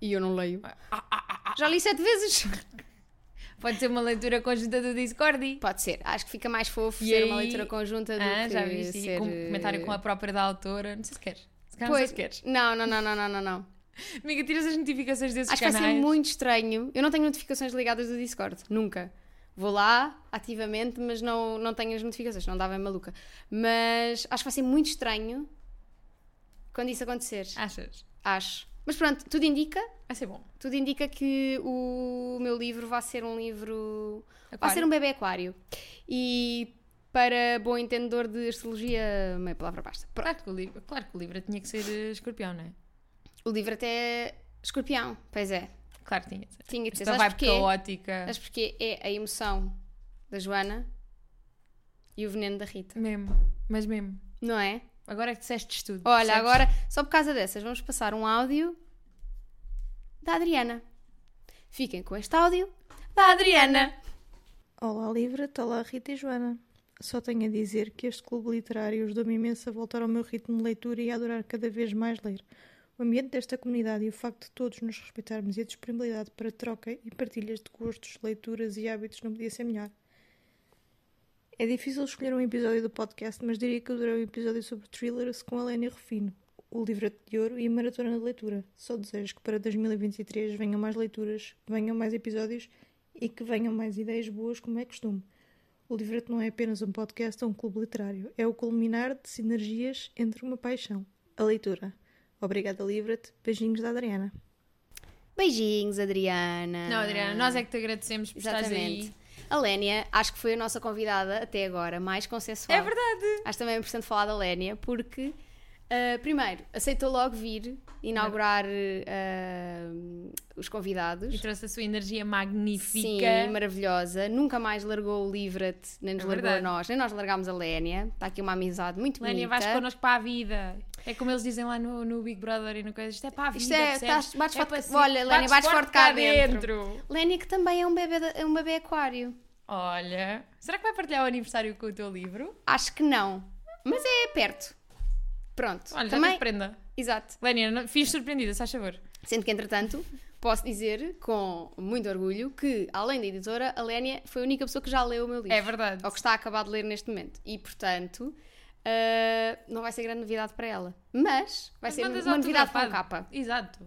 B: E eu não leio.
A: Já li sete vezes. Pode ser uma leitura conjunta do Discord.
B: Pode ser. Acho que fica mais fofo
A: E
B: ser
A: aí-
B: uma leitura conjunta do
A: Ah,
B: que
A: já viste? E
B: ser... eh,
A: com comentário com a própria da autora. Não sei se queres. Se calhar não sei
B: Pois,
A: se queres.
B: não, não, não, não, não, não, não.
A: Amiga, tiras as notificações desses
B: Acho que vai
A: canais.
B: ser muito estranho. Eu não tenho notificações ligadas do Discord, nunca. Vou lá ativamente, mas não, não tenho as notificações, não dava em maluca. Mas acho que vai ser muito estranho quando isso acontecer.
A: Achas?
B: Acho. Mas pronto, tudo indica,
A: Vai ser bom.
B: tudo indica que o meu livro vai ser um livro. Vai
A: Aquário?
B: ser um bebê aquário. E para bom entendedor de astrologia, meia palavra basta. Pronto.
A: Claro que, o livro, claro que o livro tinha que ser eh, escorpião, não é?
B: O livro até é escorpião, pois é.
A: Claro que tinha de ser.
B: Tinha de ser.
A: Esta
B: Sabes
A: vibe
B: porquê?
A: caótica.
B: Mas porque é a emoção da Joana e o veneno da Rita,
A: Mesmo. Mas mesmo.
B: não é?
A: Agora é que disseste isto tudo.
B: Olha,
A: percebes?
B: agora, só por causa dessas, vamos passar um áudio da Adriana. Fiquem com este áudio da Adriana.
E: Olá, Livra, olá, Rita e Joana. Só tenho a dizer que este clube literário ajudou-me imenso a voltar ao meu ritmo de leitura e a adorar cada vez mais ler. O ambiente desta comunidade e o facto de todos nos respeitarmos e a disponibilidade para troca e partilhas de gostos, leituras e hábitos não podia ser melhor. É difícil escolher um episódio do podcast, mas diria que eu adorei o episódio sobre thrillers com a Helena Rufino, o livro de ouro e a maratona de leitura. Só desejo que para 2023 venham mais leituras, venham mais episódios e que venham mais ideias boas, como é costume. O Livrete não é apenas um podcast, é um clube literário. É o culminar de sinergias entre uma paixão, a leitura. Obrigada, Livrete. Beijinhos da Adriana.
B: Beijinhos, Adriana.
A: Não, Adriana, nós é que te agradecemos por estares
B: Exatamente.
A: aí.
B: A Lénia, acho que foi a nossa convidada até agora, mais consensual.
A: É verdade.
B: Acho também importante falar da Lénia, porque, ah, primeiro, aceitou logo vir inaugurar ah, os convidados.
A: E trouxe a sua energia
B: Sim,
A: magnífica.
B: maravilhosa. Nunca mais largou o Livra-te, nem nos
A: É
B: largou
A: verdade.
B: a nós, nem nós largámos a Lénia. Está aqui uma amizade muito
A: Lénia,
B: bonita.
A: vais connosco para a vida. É como eles dizem lá no, no Big Brother e no coisa. Isto é para a vida.
B: Isto é,
A: percebes?
B: estás- bates forte-
A: para si-
B: olha, Lénia, bates forte cá dentro. Lénia, que também é um bebê, da- é um bebê aquário.
A: Olha, será que vai partilhar o aniversário com o teu livro?
B: Acho que não, mas é perto. Pronto.
A: Olha, já
B: também,
A: tens prenda.
B: exato.
A: Lénia, não- fiz surpreendida, se faz favor.
B: Sendo que, entretanto, posso dizer com muito orgulho que, além da editora, a Lénia foi a única pessoa que já leu o meu livro.
A: É verdade.
B: Ou que está a acabar de ler neste momento. E, portanto, ah, não vai ser grande novidade para ela. Mas vai
A: Mas
B: ser
A: mandas
B: uma novidade com
A: autografado.
B: capa.
A: Exato.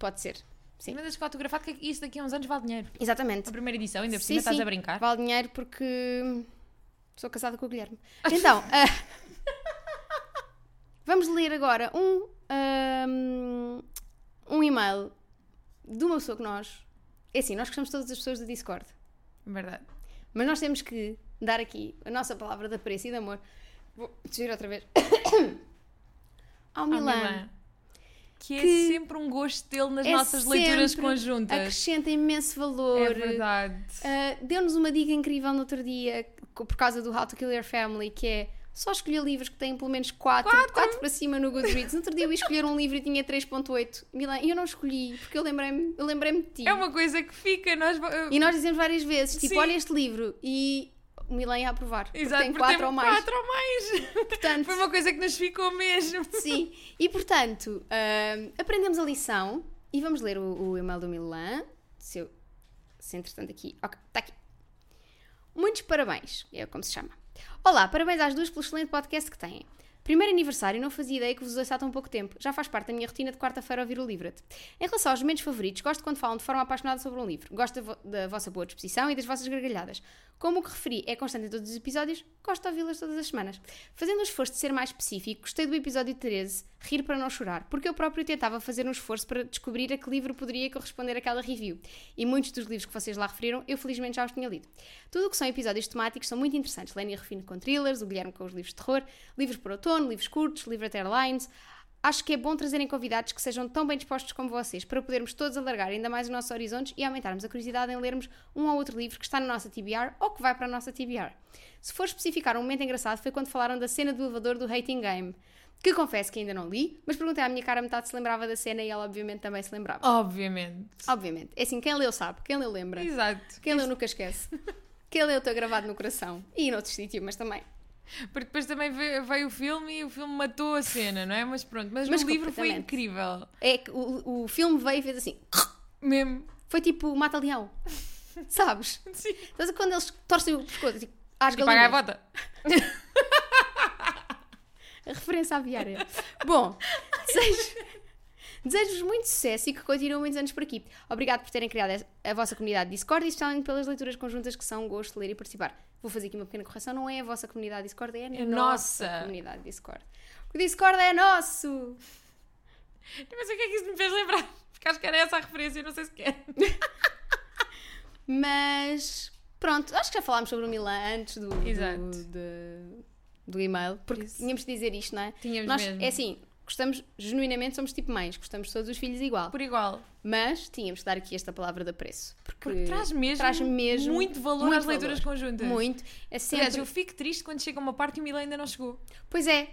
B: Pode ser. Sim.
A: Mandas com autografado que isso daqui a uns anos vale dinheiro.
B: Exatamente.
A: A primeira edição, ainda por
B: Sim,
A: cima estás
B: sim.
A: a brincar.
B: Vale dinheiro porque sou casada com o Guilherme. Então, ah, vamos ler agora um, ahm, um e-mail de uma pessoa que nós. É assim, nós gostamos de todas as pessoas do Discord,
A: Verdade.
B: mas nós temos que dar aqui a nossa palavra de apreço e de amor. Vou dizer outra vez. Ao
A: Ao
B: Milan.
A: Ah, Milan. Que, é
B: Que
A: sempre um gosto dele nas
B: É
A: nossas leituras
B: sempre
A: conjuntas.
B: Acrescenta imenso valor.
A: É verdade.
B: Uh, Deu-nos uma dica incrível no outro dia, co- por causa do How to Kill Your Family, que é só escolher livros que têm pelo menos 4, 4, para cima no Goodreads. No outro dia eu ia escolher um livro e tinha 3.8. Milan, e eu não escolhi, porque eu lembrei-me eu lembrei de ti.
A: É uma coisa que fica. Nós... va-
B: E nós dizemos várias vezes, tipo,
A: Sim.
B: olha este livro, e o Milan ia aprovar, porque
A: Exato,
B: tem
A: porque
B: 4 ou mais.
A: Quatro ou mais.
B: Portanto,
A: Foi uma coisa que nos ficou mesmo.
B: sim. E portanto, uh, aprendemos a lição e vamos ler o, o e-mail do Milan. Se eu. Se entretanto aqui. Ok, está aqui. Muitos parabéns, é como se chama. Olá, parabéns às duas pelo excelente podcast que têm. Primeiro aniversário, não fazia ideia que vos dois há tão pouco tempo. Já faz parte da minha rotina de quarta-feira ouvir o Livra-te. Em relação aos momentos favoritos, gosto quando falam de forma apaixonada sobre um livro. Gosto da, vo- da vossa boa disposição e das vossas gargalhadas. Como o que referi é constante em todos os episódios, gosto de ouvi-las todas as semanas. Fazendo um esforço de ser mais específico, gostei do episódio 13, Rir para não chorar, porque eu próprio tentava fazer um esforço para descobrir a que livro poderia corresponder aquela review. E muitos dos livros que vocês lá referiram, eu felizmente já os tinha lido. Tudo o que são episódios temáticos são muito interessantes. Lénia Refino com thrillers, o Guilherme com os livros de terror, livros para outono, livros curtos, livro até Airlines. Acho que é bom trazerem convidados que sejam tão bem dispostos como vocês, para podermos todos alargar ainda mais os nossos horizontes e aumentarmos a curiosidade em lermos um ou outro livro que está na nossa TBR ou que vai para a nossa TBR. Se for especificar um momento engraçado, foi quando falaram da cena do elevador do Hating Game, que confesso que ainda não li, mas perguntei à minha cara a metade se lembrava da cena e ela obviamente também se lembrava.
A: Obviamente.
B: Obviamente. É assim, quem leu sabe, quem leu lembra.
A: Exato.
B: Quem leu nunca esquece. Quem leu está gravado no coração. E em outro sítio, mas também.
A: Porque depois também veio, veio o filme e o filme matou a cena, não é? Mas pronto, mas,
B: Mas
A: o livro foi
B: completamente.
A: incrível.
B: É que o, o filme veio e fez assim.
A: Mesmo.
B: Foi tipo o Mata-Leão. Sabes?
A: Sim.
B: Então, quando eles torcem o pescoço, tipo, às
A: Tipo, a
B: galinhas.
A: gaivota.
B: A referência à viária. Bom, desejo- desejo-vos muito sucesso e que continuem muitos anos por aqui. Obrigado por terem criado es- a vossa comunidade Discord e especialmente pelas leituras conjuntas que são um gosto de ler e participar. Vou fazer aqui uma pequena correção, não é a vossa comunidade Discord, é a
A: É
B: nossa,
A: nossa.
B: comunidade Discord. O Discord é nosso!
A: Mas o que é que isso me fez lembrar? Porque acho que era essa a referência, eu não sei se quer.
B: Mas pronto, acho que já falámos sobre o Milan antes do, do-
A: Exato.
B: de- do e-mail, porque
A: Isso.
B: tínhamos de dizer isto, não é?
A: Tínhamos
B: Nós,
A: mesmo.
B: é assim, gostamos, genuinamente somos tipo mães, gostamos de todos os filhos igual.
A: Por igual.
B: Mas tínhamos de dar aqui esta palavra de apreço. Porque,
A: Porque traz mesmo,
B: traz mesmo
A: muito valor
B: muito
A: às leituras
B: valor.
A: conjuntas.
B: Muito. É sempre...
A: Aliás, eu fico triste quando chega uma parte e o Mila ainda não chegou.
B: Pois é.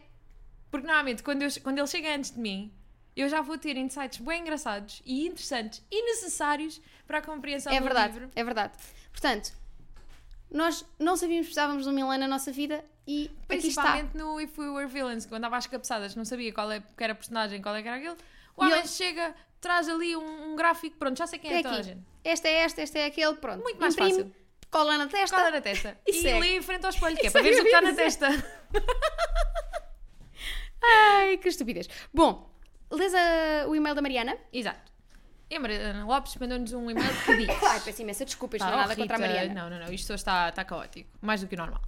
A: Porque normalmente quando, eu- quando ele chega antes de mim, eu já vou ter insights bem engraçados e interessantes e necessários para a compreensão
B: É
A: do
B: verdade.
A: livro.
B: É verdade. Portanto, nós não sabíamos que precisávamos de um Milan na nossa vida e aqui está. É
A: Principalmente no If We Were Villains, que eu andava às cabeçadas, não sabia qual é que era a personagem, qual é que era aquele. O
B: E
A: homem
B: ele-
A: chega, traz ali um, um gráfico, pronto, já sei quem é,
B: É
A: toda a
B: aqui.
A: gente.
B: Esta é esta, esta é aquele, pronto.
A: Muito mais
B: Imprime,
A: fácil.
B: Cola na testa.
A: Cola na testa.
B: E
A: e
B: segue.
A: lê em frente ao espelho, que é
B: Isso
A: para
B: eu
A: ver o que
B: ia
A: está na
B: dizer.
A: testa.
B: Ai, que estupidez. Bbom, lês a- o e-mail da Mariana.
A: Exato. E a Mariana Lopes mandou-nos um e-mail que diz...
B: Ai, peço imensa desculpa, isto
A: Pá,
B: não é
A: oh,
B: nada contra a
A: Rita,
B: Mariana.
A: Não, não, não, isto hoje está, está caótico, mais do que o normal.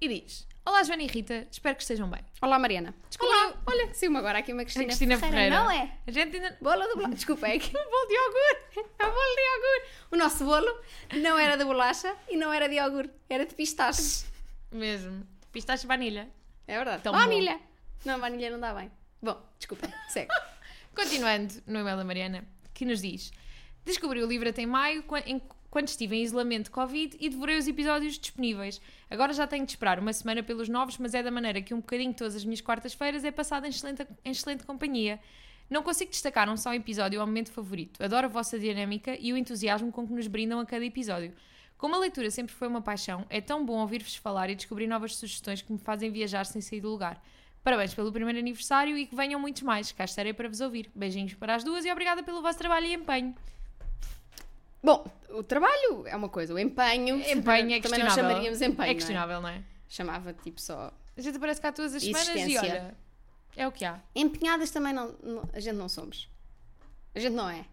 A: E diz: Olá, Joana e Rita, espero que estejam bem.
B: Olá, Mariana. Desculpa,
A: Olá.
B: olha, saiu-me agora aqui uma
A: A
B: Cristina,
A: Cristina Ferreira.
B: Não é?
A: A gente ainda.
B: Bola do bolo. Desculpa, é que o bolo de iogurte. É o bolo de iogurte. O nosso bolo não era de bolacha e não era de iogurte. Era de pistaches.
A: Mesmo. Pistache e vanilha.
B: É verdade.
A: Tão bom.
B: vanilha. Não, vanilha não dá bem. Bom, desculpa. Segue.
A: Continuando no e-mail da Mariana, que nos diz: Descobri o livro até em maio, quan- em- quando estive em isolamento de Covid e devorei os episódios disponíveis. Agora já tenho de esperar uma semana pelos novos, mas é da maneira que um bocadinho todas as minhas quartas-feiras é passada em excelente, em excelente companhia. Não consigo destacar um só episódio ao momento favorito. Adoro a vossa dinâmica e o entusiasmo com que nos brindam a cada episódio. Como a leitura sempre foi uma paixão, é tão bom ouvir-vos falar e descobrir novas sugestões que me fazem viajar sem sair do lugar. Parabéns pelo primeiro aniversário e que venham muitos mais. Cá estarei para vos ouvir. Beijinhos para as duas e obrigada pelo vosso trabalho e empenho.
B: Bom, o trabalho é uma coisa. O empenho.
A: Empenho é questionável.
B: Também não chamaríamos empenho. não
A: É
B: é?
A: questionável, não é?
B: Chamava tipo só.
A: A gente aparece cá todas as semanas e
B: Existência.
A: olha. É o que há.
B: Empenhadas também não, não- A gente não somos. A gente não é.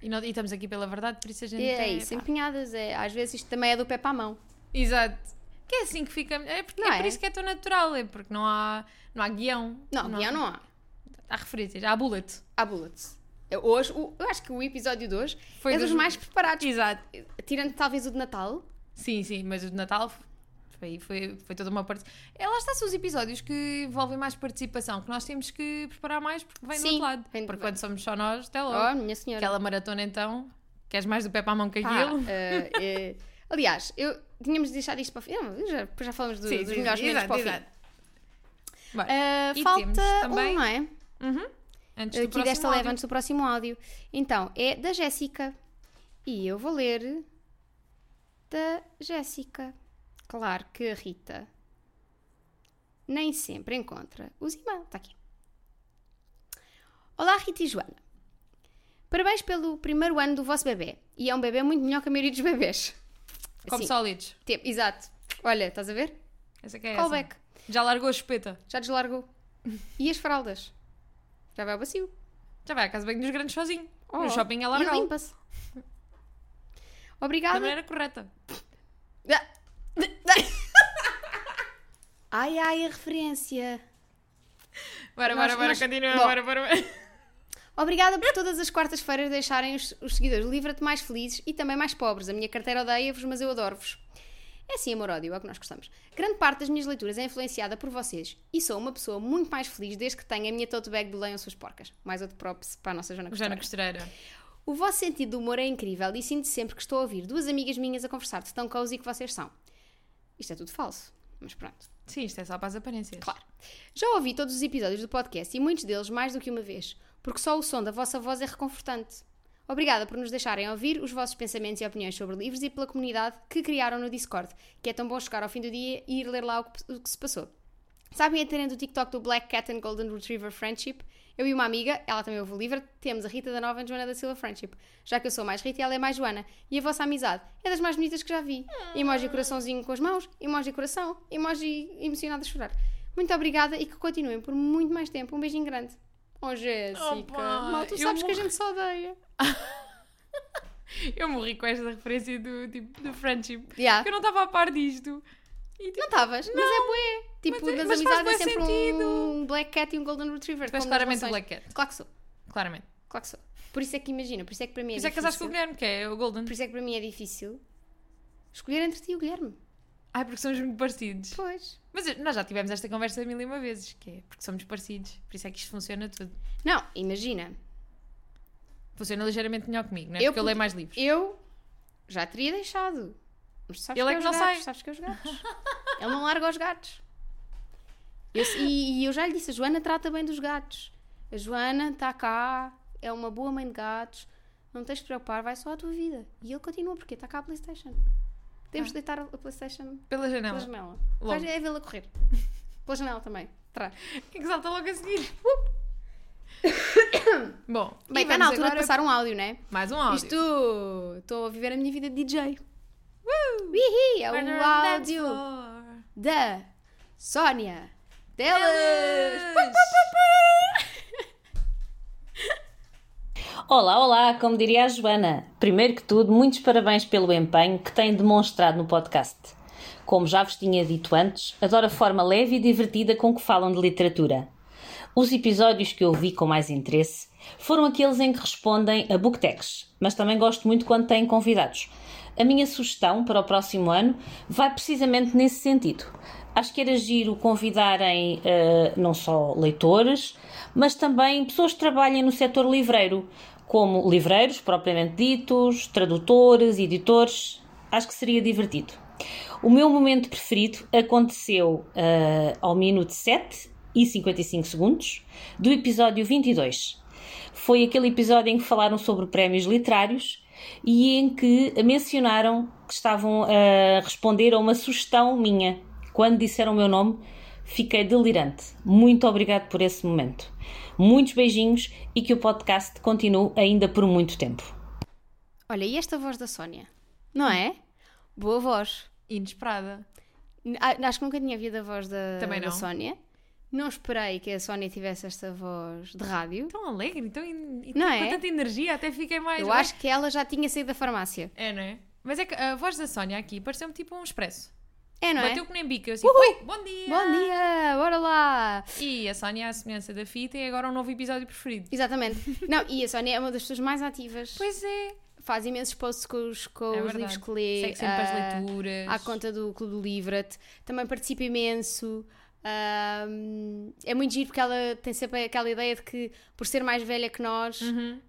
A: E, não- e estamos aqui pela verdade, por isso a gente.
B: E é isso. Empenhadas é. Às vezes isto também é do pé para a mão.
A: Exato. Que é assim que fica. É, porque,
B: Não
A: é por
B: é?
A: isso que é tão natural, é porque não há, não há guião.
B: Não, não. não há.
A: Há referências, há bullet.
B: Há bullets. Eu- Hoje, o- eu acho que o episódio de hoje
A: Foi
B: é dos,
A: dos-
B: mais preparados.
A: Exato.
B: Tirando talvez o de Natal.
A: Sim, sim, mas o de Natal foi, foi, foi toda uma parte. É, lá está-se os episódios que envolvem mais participação, que nós temos que preparar mais porque vem do
B: Sim,
A: outro lado.
B: vem do-
A: porque quando somos só nós, até
B: Oh,
A: logo.
B: minha senhora.
A: Aquela maratona então, queres mais do pé para a mão que
B: Pá,
A: aquilo?
B: eh, eh, aliás, eu tínhamos de deixar isto para o fim. Não, Já, já falamos do-
A: Sim,
B: dos
A: sim,
B: melhores
A: sim,
B: momentos
A: exato,
B: para o fim.
A: exato. Bora.
B: Eh,
A: E temos
B: falta
A: também
B: um, não é?
A: Antes do
B: Aqui
A: próximo
B: Eh, desta leva
A: áudio.
B: antes do próximo áudio. Então, é da Jéssica. E eu vou ler da Jéssica. Claro que a Rita nem sempre encontra os e-mails. Está aqui. Olá, Rita e Joana. Parabéns pelo primeiro ano do vosso bebê. E é um bebê muito melhor que a maioria dos bebés.
A: Como
B: Sim.
A: sólidos.
B: Tem- Exato. Olha, estás a ver?
A: Essa que é essa.
B: Callback.
A: Já largou a chupeta.
B: Já deslargou. E as fraldas? Já vai ao bacio.
A: Já vai à casa bem dos grandes sozinho.
B: Oh,
A: no shopping ela
B: E
A: largou.
B: limpa-se.
A: Da
B: Obrigada. Ah.
A: maneira correta.
B: Ai, ai, a referência.
A: Bora,
B: Nós-
A: bora, bora,
B: nós-
A: continua,
B: Bom.
A: bora, bora, bora.
B: Obrigada por todas as quartas-feiras deixarem os, os seguidores do Livra-te mais felizes e também mais pobres. A minha carteira odeia-vos, mas eu adoro-vos. É assim, amor-ódio, é o que nós gostamos. Grande parte das minhas leituras é influenciada por vocês e sou uma pessoa muito mais feliz desde que tenho a minha tote bag do Leiam Suas Porcas. Mais outro props para a nossa Joana
A: Joana
B: Costeira.
A: Costureira.
B: O vosso sentido de humor é incrível e sinto sempre que estou a ouvir duas amigas minhas a conversar de tão cozy que vocês são. Isto é tudo falso, mas pronto.
A: Sim, isto é só para as aparências.
B: Claro. Já ouvi todos os episódios do podcast e muitos deles mais do que uma vez, porque só o som da vossa voz é reconfortante. Obrigada por nos deixarem ouvir os vossos pensamentos e opiniões sobre livros e pela comunidade que criaram no Discord, que é tão bom chegar ao fim do dia e ir ler lá o que, o que se passou. Sabem a trend do TikTok do Black Cat and Golden Retriever Friendship? Eu e uma amiga, ela também ouve o livro, temos a Rita da Nova e a Joana da Silva Friendship. Já que eu sou mais Rita e ela é mais Joana. E a vossa amizade é das mais bonitas que já vi. Emoji coraçãozinho com as mãos, emoji coração, emoji emocionada a chorar. Muito obrigada e que continuem por muito mais tempo. Um beijinho grande. Oh, Jéssica.
A: Opa,
B: Mal, tu
A: eu
B: sabes que a
A: morro.
B: gente só odeia.
A: Eu morri com esta referência do tipo do friendship.
B: Yeah.
A: Porque eu não estava a par disto. E tipo,
B: Não estavas, mas é bué. Tipo,
A: Mas é-
B: nas
A: mas faz
B: amizades é
A: bué
B: sempre
A: sentido.
B: um Black Cat e um Golden Retriever.
A: tu és
B: como nas
A: claramente o
B: relações.
A: Black Cat.
B: Claro que sou.
A: Claramente.
B: Claro que sou. Por isso é que imagina, por isso é que para mim é
A: Mas é que casaste com
B: difícil.
A: o Guilherme, que é o Golden.
B: Por isso é que para mim é difícil escolher entre ti e o Guilherme.
A: Ai, porque somos muito parecidos.
B: Pois.
A: Mas nós já tivemos esta conversa mil e uma vezes, que é porque somos parecidos. Por isso é que isto funciona tudo.
B: Não, imagina.
A: Funciona ligeiramente melhor comigo, não é?
B: Eu
A: porque eu
B: podia-
A: leio mais livros.
B: Eu já teria deixado. Mas tu sabes
A: Ele
B: que
A: é que
B: os
A: não
B: gatos,
A: sai.
B: sabes que é os gatos. Ele não larga os gatos. Eu se- e, e eu já lhe disse, a Joana trata bem dos gatos. A Joana está cá, é uma boa mãe de gatos. Não tens de te preocupar, vai só à tua vida. E ele continua, porque está cá a Playstation.
A: Ah.
B: Temos de deitar a a Playstation
A: Pela
B: pela
A: janela.
B: janela.
A: Logo.
B: Vais é vê-la correr. Pela janela também. Trás.
A: É Que exalta logo a seguir. Bom, e
B: Bem, está
A: vamos
B: na altura de
A: agora
B: passar um áudio, né?
A: mais um áudio.
B: Isto, estou a viver a minha vida de DJ. Wihi, é
A: Murder on the
B: o
A: dance
B: áudio
A: floor.
B: da Sónia Delas.
F: Olá, olá, como diria a Joana. Primeiro que tudo, muitos parabéns pelo empenho que tem demonstrado no podcast. Como já vos tinha dito antes, adoro a forma leve e divertida com que falam de literatura. Os episódios que eu vi com mais interesse foram aqueles em que respondem a booktex, mas também gosto muito quando têm convidados. A minha sugestão para o próximo ano vai precisamente nesse sentido. Acho que era giro convidarem eh, não só leitores, mas também pessoas que trabalhem no setor livreiro, como livreiros propriamente ditos, tradutores, editores. Acho que seria divertido. O meu momento preferido aconteceu ah, ao minuto 7 e 55 segundos do episódio 22. Foi aquele episódio em que falaram sobre prémios literários e em que mencionaram que estavam a responder a uma sugestão minha. Quando disseram o meu nome, fiquei delirante. Muito obrigado por esse momento. Muitos beijinhos e que o podcast continue ainda por muito tempo.
B: Olha, e esta voz da Sónia? Não é? Boa voz.
A: Inesperada.
B: N- a- Acho que nunca tinha ouvido a voz da,
A: Também
B: da
A: não.
B: Sónia. Não esperei que a Sónia tivesse esta voz de rádio.
A: Tão alegre, tão in- e
B: Não
A: tão-
B: é?
A: com tanta energia, até fiquei mais.
B: Eu acho que ela já tinha saído da farmácia.
A: É, não é? Mas é que a voz da Sónia aqui pareceu-me tipo um expresso.
B: É, não é?
A: Bateu que nem bica. Eu assim, "Ui, bom dia!
B: Bom dia, bora lá.
A: E a Sónia, à semelhança da fita, é agora um novo episódio preferido.
B: Exatamente. Não, e a Sónia é uma das pessoas mais ativas.
A: Pois é.
B: Faz imensos posts com os, com
A: é
B: os
A: verdade.
B: livros que lê.
A: Segue sempre
B: ah,
A: as leituras.
B: à conta do Clube do Livret. Também participa imenso. Ahm, é muito giro porque ela tem sempre aquela ideia de que, por ser mais velha que nós,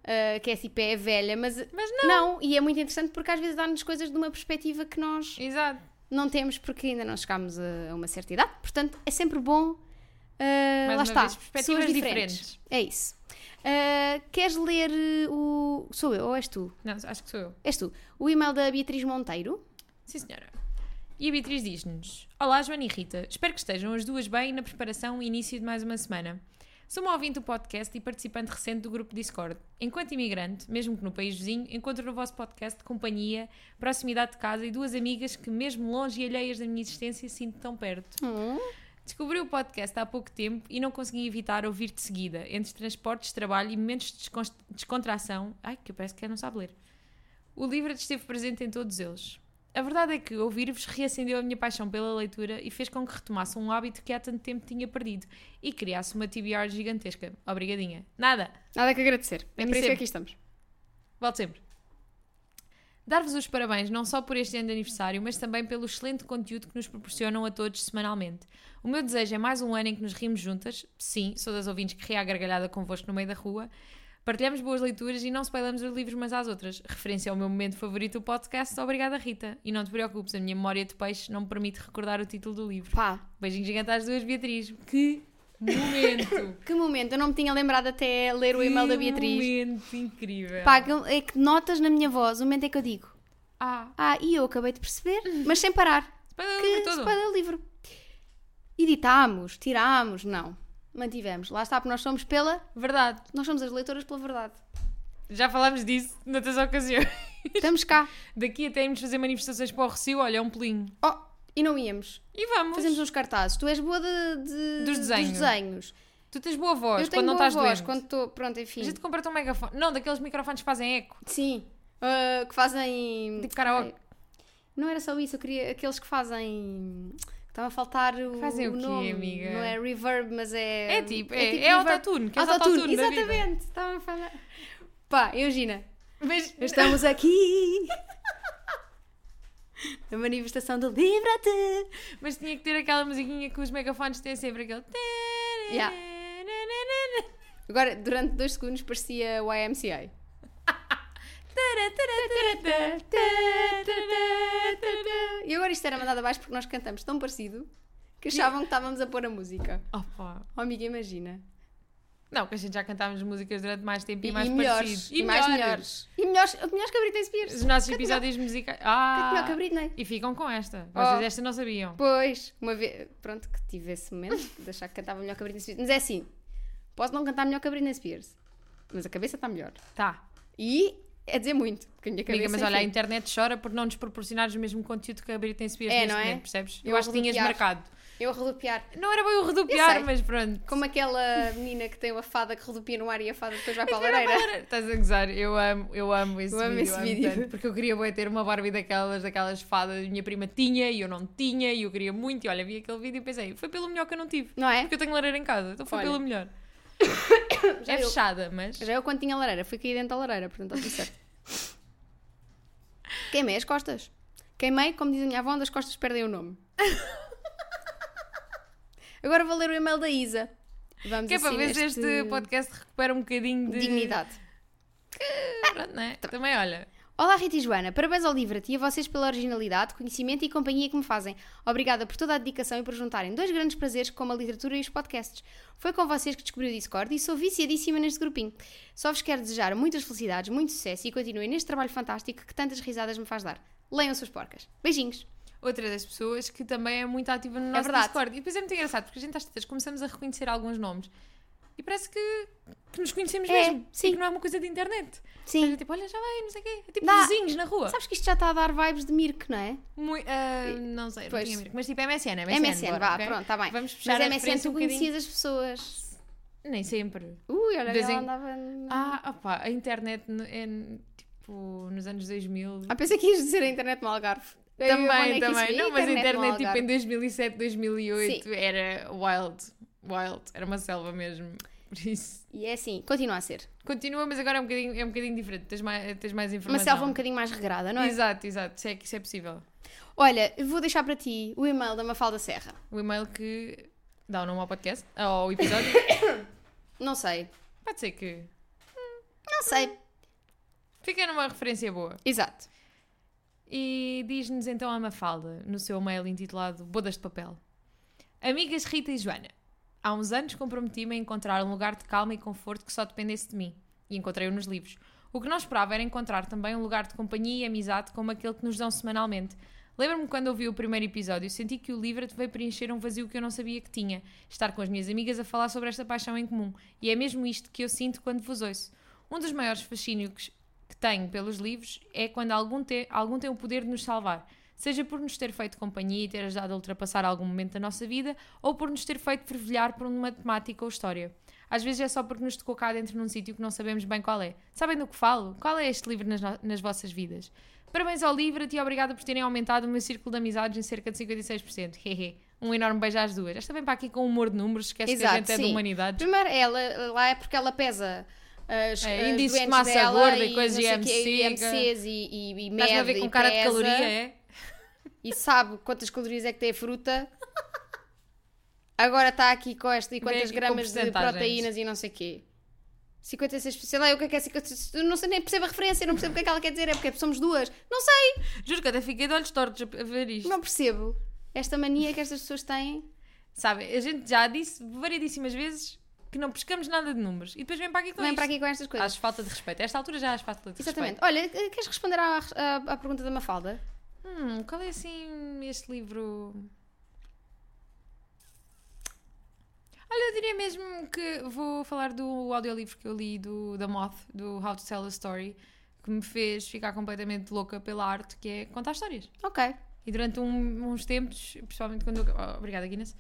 B: ah, que é tipo, é velha, mas,
A: Uhum. Mas
B: não. E é muito interessante porque às vezes dá-nos coisas de uma perspectiva que nós
A: Exato.
B: não temos porque ainda não chegámos a, a uma certa idade. Portanto, é sempre bom. ah,
A: Mais
B: lá
A: uma
B: está,
A: vez, perspectivas
B: pessoas
A: diferentes.
B: É isso. Ah, queres ler eh, o. Sou eu ou és tu?
A: Não, acho que sou eu.
B: És tu. O e-mail da Beatriz Monteiro.
A: Sim, senhora. E a Beatriz diz-nos: Olá, Joana e Rita. Espero que estejam as duas bem na preparação e início de mais uma semana. Sou uma ouvinte do podcast e participante recente do grupo Discord. Enquanto imigrante, mesmo que no país vizinho, encontro no vosso podcast companhia, proximidade de casa e duas amigas que, mesmo longe e alheias da minha existência, sinto tão perto.
B: Hum.
A: Descobri o podcast há pouco tempo e não consegui evitar ouvir de seguida, entre transportes, trabalho e momentos de descon- descontração. Ai, que eu parece que não sabe ler. O livro esteve presente em todos eles. A verdade é que ouvir-vos reacendeu a minha paixão pela leitura e fez com que retomasse um hábito que há tanto tempo tinha perdido e criasse uma TBR gigantesca. Obrigadinha. Nada!
B: Nada que agradecer. É
A: Nem
B: por isso que
A: sempre.
B: aqui estamos.
A: Volte sempre. Dar-vos os parabéns não só por este ano de aniversário, mas também pelo excelente conteúdo que nos proporcionam a todos semanalmente. O meu desejo é mais um ano em que nos rimos juntas, sim, sou das ouvintes que ria à gargalhada convosco no meio da rua, partilhamos boas leituras e não spoilamos os livros umas às outras. Referência ao meu momento favorito do podcast, obrigada Rita. E não te preocupes, a minha memória de peixe não me permite recordar o título do livro.
B: Pá,
A: Beijinhos gigante às duas, Beatriz. Que momento!
B: que momento, eu não me tinha lembrado até ler o e-mail da Beatriz.
A: Que momento incrível.
B: Pá, que- é que notas na minha voz, o momento é que eu digo.
A: Ah,
B: Ah, e eu acabei de perceber, mas sem parar.
A: spoiler
B: que
A: livro
B: se
A: todo.
B: pode o livro. Editámos, tirámos, não. Mantivemos. Lá está, porque nós somos pela.
A: Verdade.
B: Nós somos as leitoras pela verdade.
A: Já falámos disso noutras ocasiões.
B: Estamos cá.
A: Daqui até irmos fazer manifestações para o Recio, olha, é um pulinho.
B: Oh, e não íamos.
A: E vamos.
B: Fazemos uns cartazes. Tu és boa de, de-
A: Dos desenhos.
B: desenhos.
A: Tu tens boa voz
B: um- eu tenho
A: quando não
B: boa
A: estás
B: voz
A: doente.
B: quando estou. Pronto,
A: A
B: enfim.
A: gente compra-te um megafone. Não, daqueles microfones que fazem eco.
B: Sim. Ah, que fazem.
A: Tipo karaoke.
B: Ai, Não era só isso, eu queria aqueles que fazem. Estava a faltar o.
A: Fazem o quê,
B: nome.
A: amiga?
B: Não é reverb, mas é.
A: É tipo, é- é
B: reverb.
A: autotune, que és autotune da vida.
B: exatamente. Estava a falar. Pá, Eugina,
A: Mas
B: Estamos aqui na manifestação do Livra-te.
A: Mas tinha que ter aquela musiquinha que os megafones têm sempre aquele.
B: Yeah. Agora, durante dois segundos, parecia o YMCA. E agora isto era mandado abaixo porque nós cantamos tão parecido que achavam que estávamos a pôr a música.
A: Opa.
B: Oh, amiga, imagina.
A: Não, que a gente já cantávamos músicas durante mais tempo e,
B: E,
A: mais
B: e melhores.
A: parecidos.
B: E, mais melhores. E melhores, melhores que a Britney
A: Os
B: Spears.
A: nossos episódios musicais. Ah!
B: Melhor que a Britney.
A: E ficam com esta.
B: Oh.
A: Vocês esta não sabiam.
B: Pois, uma vez. Pronto, que tive esse momento de achar que cantava melhor que a Britney Spears. Mas é assim, posso não cantar melhor que a Britney Spears, mas a cabeça está melhor.
A: Tá.
B: E é dizer muito, porque a minha cabeça. é assim.
A: Amiga, mas olha, a
B: enfim,
A: internet chora por não nos proporcionares o mesmo conteúdo que a Britney Spears
B: É,
A: neste
B: não é?
A: momento, percebes? Eu,
B: Eu
A: acho que tinhas
B: arrepiar.
A: marcado.
B: Eu a rodopiar.
A: Não era bem o
B: Eu
A: redupiar,
B: sei.
A: mas pronto.
B: Como é aquela menina que tem uma fada que rodopia no ar e a fada depois vai para a
A: É Era
B: lareira.
A: para- Estás a gozar, eu amo, eu amo esse
B: Eu
A: vídeo.
B: amo esse vídeo.
A: tanto, porque eu queria bué ter uma Barbie daquelas, daquelas fadas, minha prima tinha e eu não tinha e eu queria muito. E olha, vi aquele vídeo e pensei, foi pelo melhor que eu não tive.
B: Não é?
A: Porque eu tenho lareira em casa, então foi
B: Olha.
A: pelo melhor. é
B: eu.
A: fechada, mas.
B: Já eu quando tinha lareira, fui cair dentro da lareira, portanto está tudo certo. Queimei as costas. Queimei, como diz a minha avó, onde as costas perdem o nome. Agora vou ler o e-mail da Isa. Vamos
A: Que é para
B: assim
A: ver se
B: neste-
A: este podcast recupera um bocadinho de.
B: Dignidade.
A: Pronto, não é? Também olha.
B: Olá Rita e Joana, parabéns ao Livra-te e a vocês pela originalidade, conhecimento e companhia que me fazem. Obrigada por toda a dedicação e por juntarem dois grandes prazeres como a literatura e os podcasts. Foi com vocês que descobri o Discord e sou viciadíssima neste grupinho. Só vos quero desejar muitas felicidades, muito sucesso e continuem neste trabalho fantástico que tantas risadas me faz dar. Leiam suas porcas. Beijinhos.
A: Outra das pessoas que também é muito ativa no nosso
B: verdade.
A: Discord. E depois é muito engraçado, porque a gente às tantas começamos a reconhecer alguns nomes e parece que, que nos conhecemos
B: É,
A: mesmo.
B: sim.
A: E que não é uma coisa de internet.
B: Sim.
A: É tipo, olha, já vai, não sei o quê. É tipo
B: Dá.
A: vizinhos na rua.
B: Sabes que isto já está a dar vibes de Mirk, não é?
A: Mui- ah, não sei, não
B: Pois.
A: tinha medo. mas tipo MSN, MSN.
B: É MSN,
A: bora,
B: vá,
A: ok?
B: pronto, está bem.
A: Vamos fechar
B: Mas
A: a
B: MSN
A: referência
B: tu
A: um bocadinho.
B: conhecias as pessoas.
A: Nem sempre.
B: Ui, olha,
A: De vez
B: ela
A: em-
B: andava... no-
A: Ah, opá, a internet no- é n- tipo nos anos 2000.
B: Ah, pensei que ias dizer a internet no Algarve. Eu, onde é
A: também,
B: que isso
A: também.
B: veio?
A: Não, mas a
B: no
A: internet tipo
B: Algarve.
A: em 2007, 2008
B: Sim.
A: era wild. Wild. Era uma selva mesmo. Por isso.
B: E é assim, continua a ser.
A: Continua, mas agora é um bocadinho, é um bocadinho diferente. Tens mais, tens mais
B: Uma
A: informação.
B: selva um bocadinho mais regrada, não é?
A: Exato, exato. Se é que isso é possível.
B: Olha, vou deixar para ti o e-mail da Mafalda Serra.
A: O e-mail que dá o nome ao podcast, ao episódio.
B: Não sei.
A: Pode ser que.
B: Não sei.
A: Fica numa referência boa.
B: Exato.
A: E diz-nos então a Mafalda, no seu mail intitulado Bodas de Papel. Amigas Rita e Joana, há uns anos comprometi-me a encontrar um lugar de calma e conforto que só dependesse de mim, e encontrei-o nos livros. O que não esperava era encontrar também um lugar de companhia e amizade como aquele que nos dão semanalmente. Lembro-me quando ouvi o primeiro episódio, senti que o livro veio preencher um vazio que eu não sabia que tinha, estar com as minhas amigas a falar sobre esta paixão em comum, e é mesmo isto que eu sinto quando vos ouço. Um dos maiores fascínios que tenho pelos livros é quando algum, te algum tem o poder de nos salvar. Seja por nos ter feito companhia e ter ajudado a ultrapassar algum momento da nossa vida, ou por nos ter feito fervilhar por uma temática ou história. Às vezes é só porque nos tocou cá dentro num sítio que não sabemos bem qual é. Sabem do que falo? Qual é este livro nas, no- nas vossas vidas? Parabéns ao livro e obrigada por terem aumentado o meu círculo de amizades em cerca de 56%. Hehe. um enorme beijo às duas. Esta vem para aqui com humor de números, esquece que a
B: Exato,
A: gente é de
B: sim.
A: humanidade.
B: Primeiro, ela, lá é porque ela pesa as,
A: É,
B: as
A: índices de
B: doentes
A: massa
B: dela
A: gorda e
B: e
A: coisas
B: não sei o quê,
A: IMC,
B: e IMCs e, e, e mede
A: Estás-me a ver
B: e
A: com cara de
B: pesa,
A: caloria, é?
B: E sabe quantas calorias é que tem a fruta. Agora está aqui com esta e quantas
A: aqui com
B: gramas de
A: percentagens.
B: proteínas e não sei o quê. 56, sei lá, eu o que é que é 56, eu não sei, nem percebo a referência, não percebo o que é que ela quer dizer, é porque somos duas. Não sei,
A: Juro que até fiquei de olhos tortos a ver isto.
B: não percebo. Esta mania que estas pessoas têm
A: Sabe, a gente já disse variedíssimas vezes que não pescamos nada de números. E depois vem para aqui com
B: vem
A: isto.
B: para aqui com estas coisas.
A: Acho falta de respeito. A esta altura já acho falta de
B: Exatamente.
A: respeito.
B: Olha, queres responder à, à, à pergunta da Mafalda?
A: Hum, qual é assim este livro? Olha, eu diria mesmo que vou falar do audiolivro que eu li do da Moth, do How to Tell a Story, que me fez ficar completamente louca pela arte, que é contar histórias.
B: Ok.
A: E durante um- uns tempos, principalmente quando. eu- oh, obrigada, Guinness.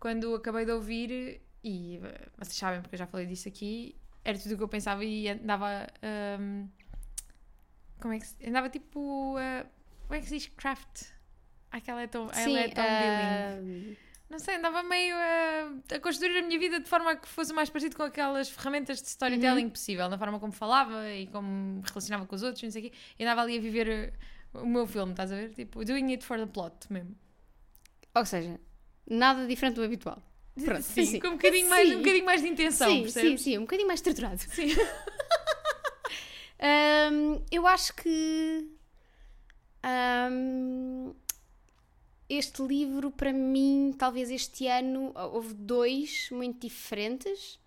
A: Quando acabei de ouvir, e eh, vocês sabem porque eu já falei disso aqui, era tudo o que eu pensava e andava. ahm, como é que se. Andava tipo. ah, como é que se diz? Craft. Aquela é tão. ela é tão bilingue.
B: ah,
A: Não sei, andava meio a, a construir a minha vida de forma que fosse o mais parecido com aquelas ferramentas de
B: Uhum.
A: storytelling possível, na forma como falava e como me relacionava com os outros, não sei o quê. E andava ali a viver uh, o meu filme, estás a ver? Tipo, doing it for the plot mesmo.
B: Ou seja, nada diferente do habitual. Pronto,
A: sim,
B: sim, sim.
A: com um bocadinho, mais,
B: Sim.
A: um bocadinho mais de intenção,
B: sim, sim,
A: percebes?
B: sim, um bocadinho mais estruturado.
A: Sim.
B: Ahm, eu acho que ahm, este livro, para mim, talvez este ano, ah, houve dois muito diferentes.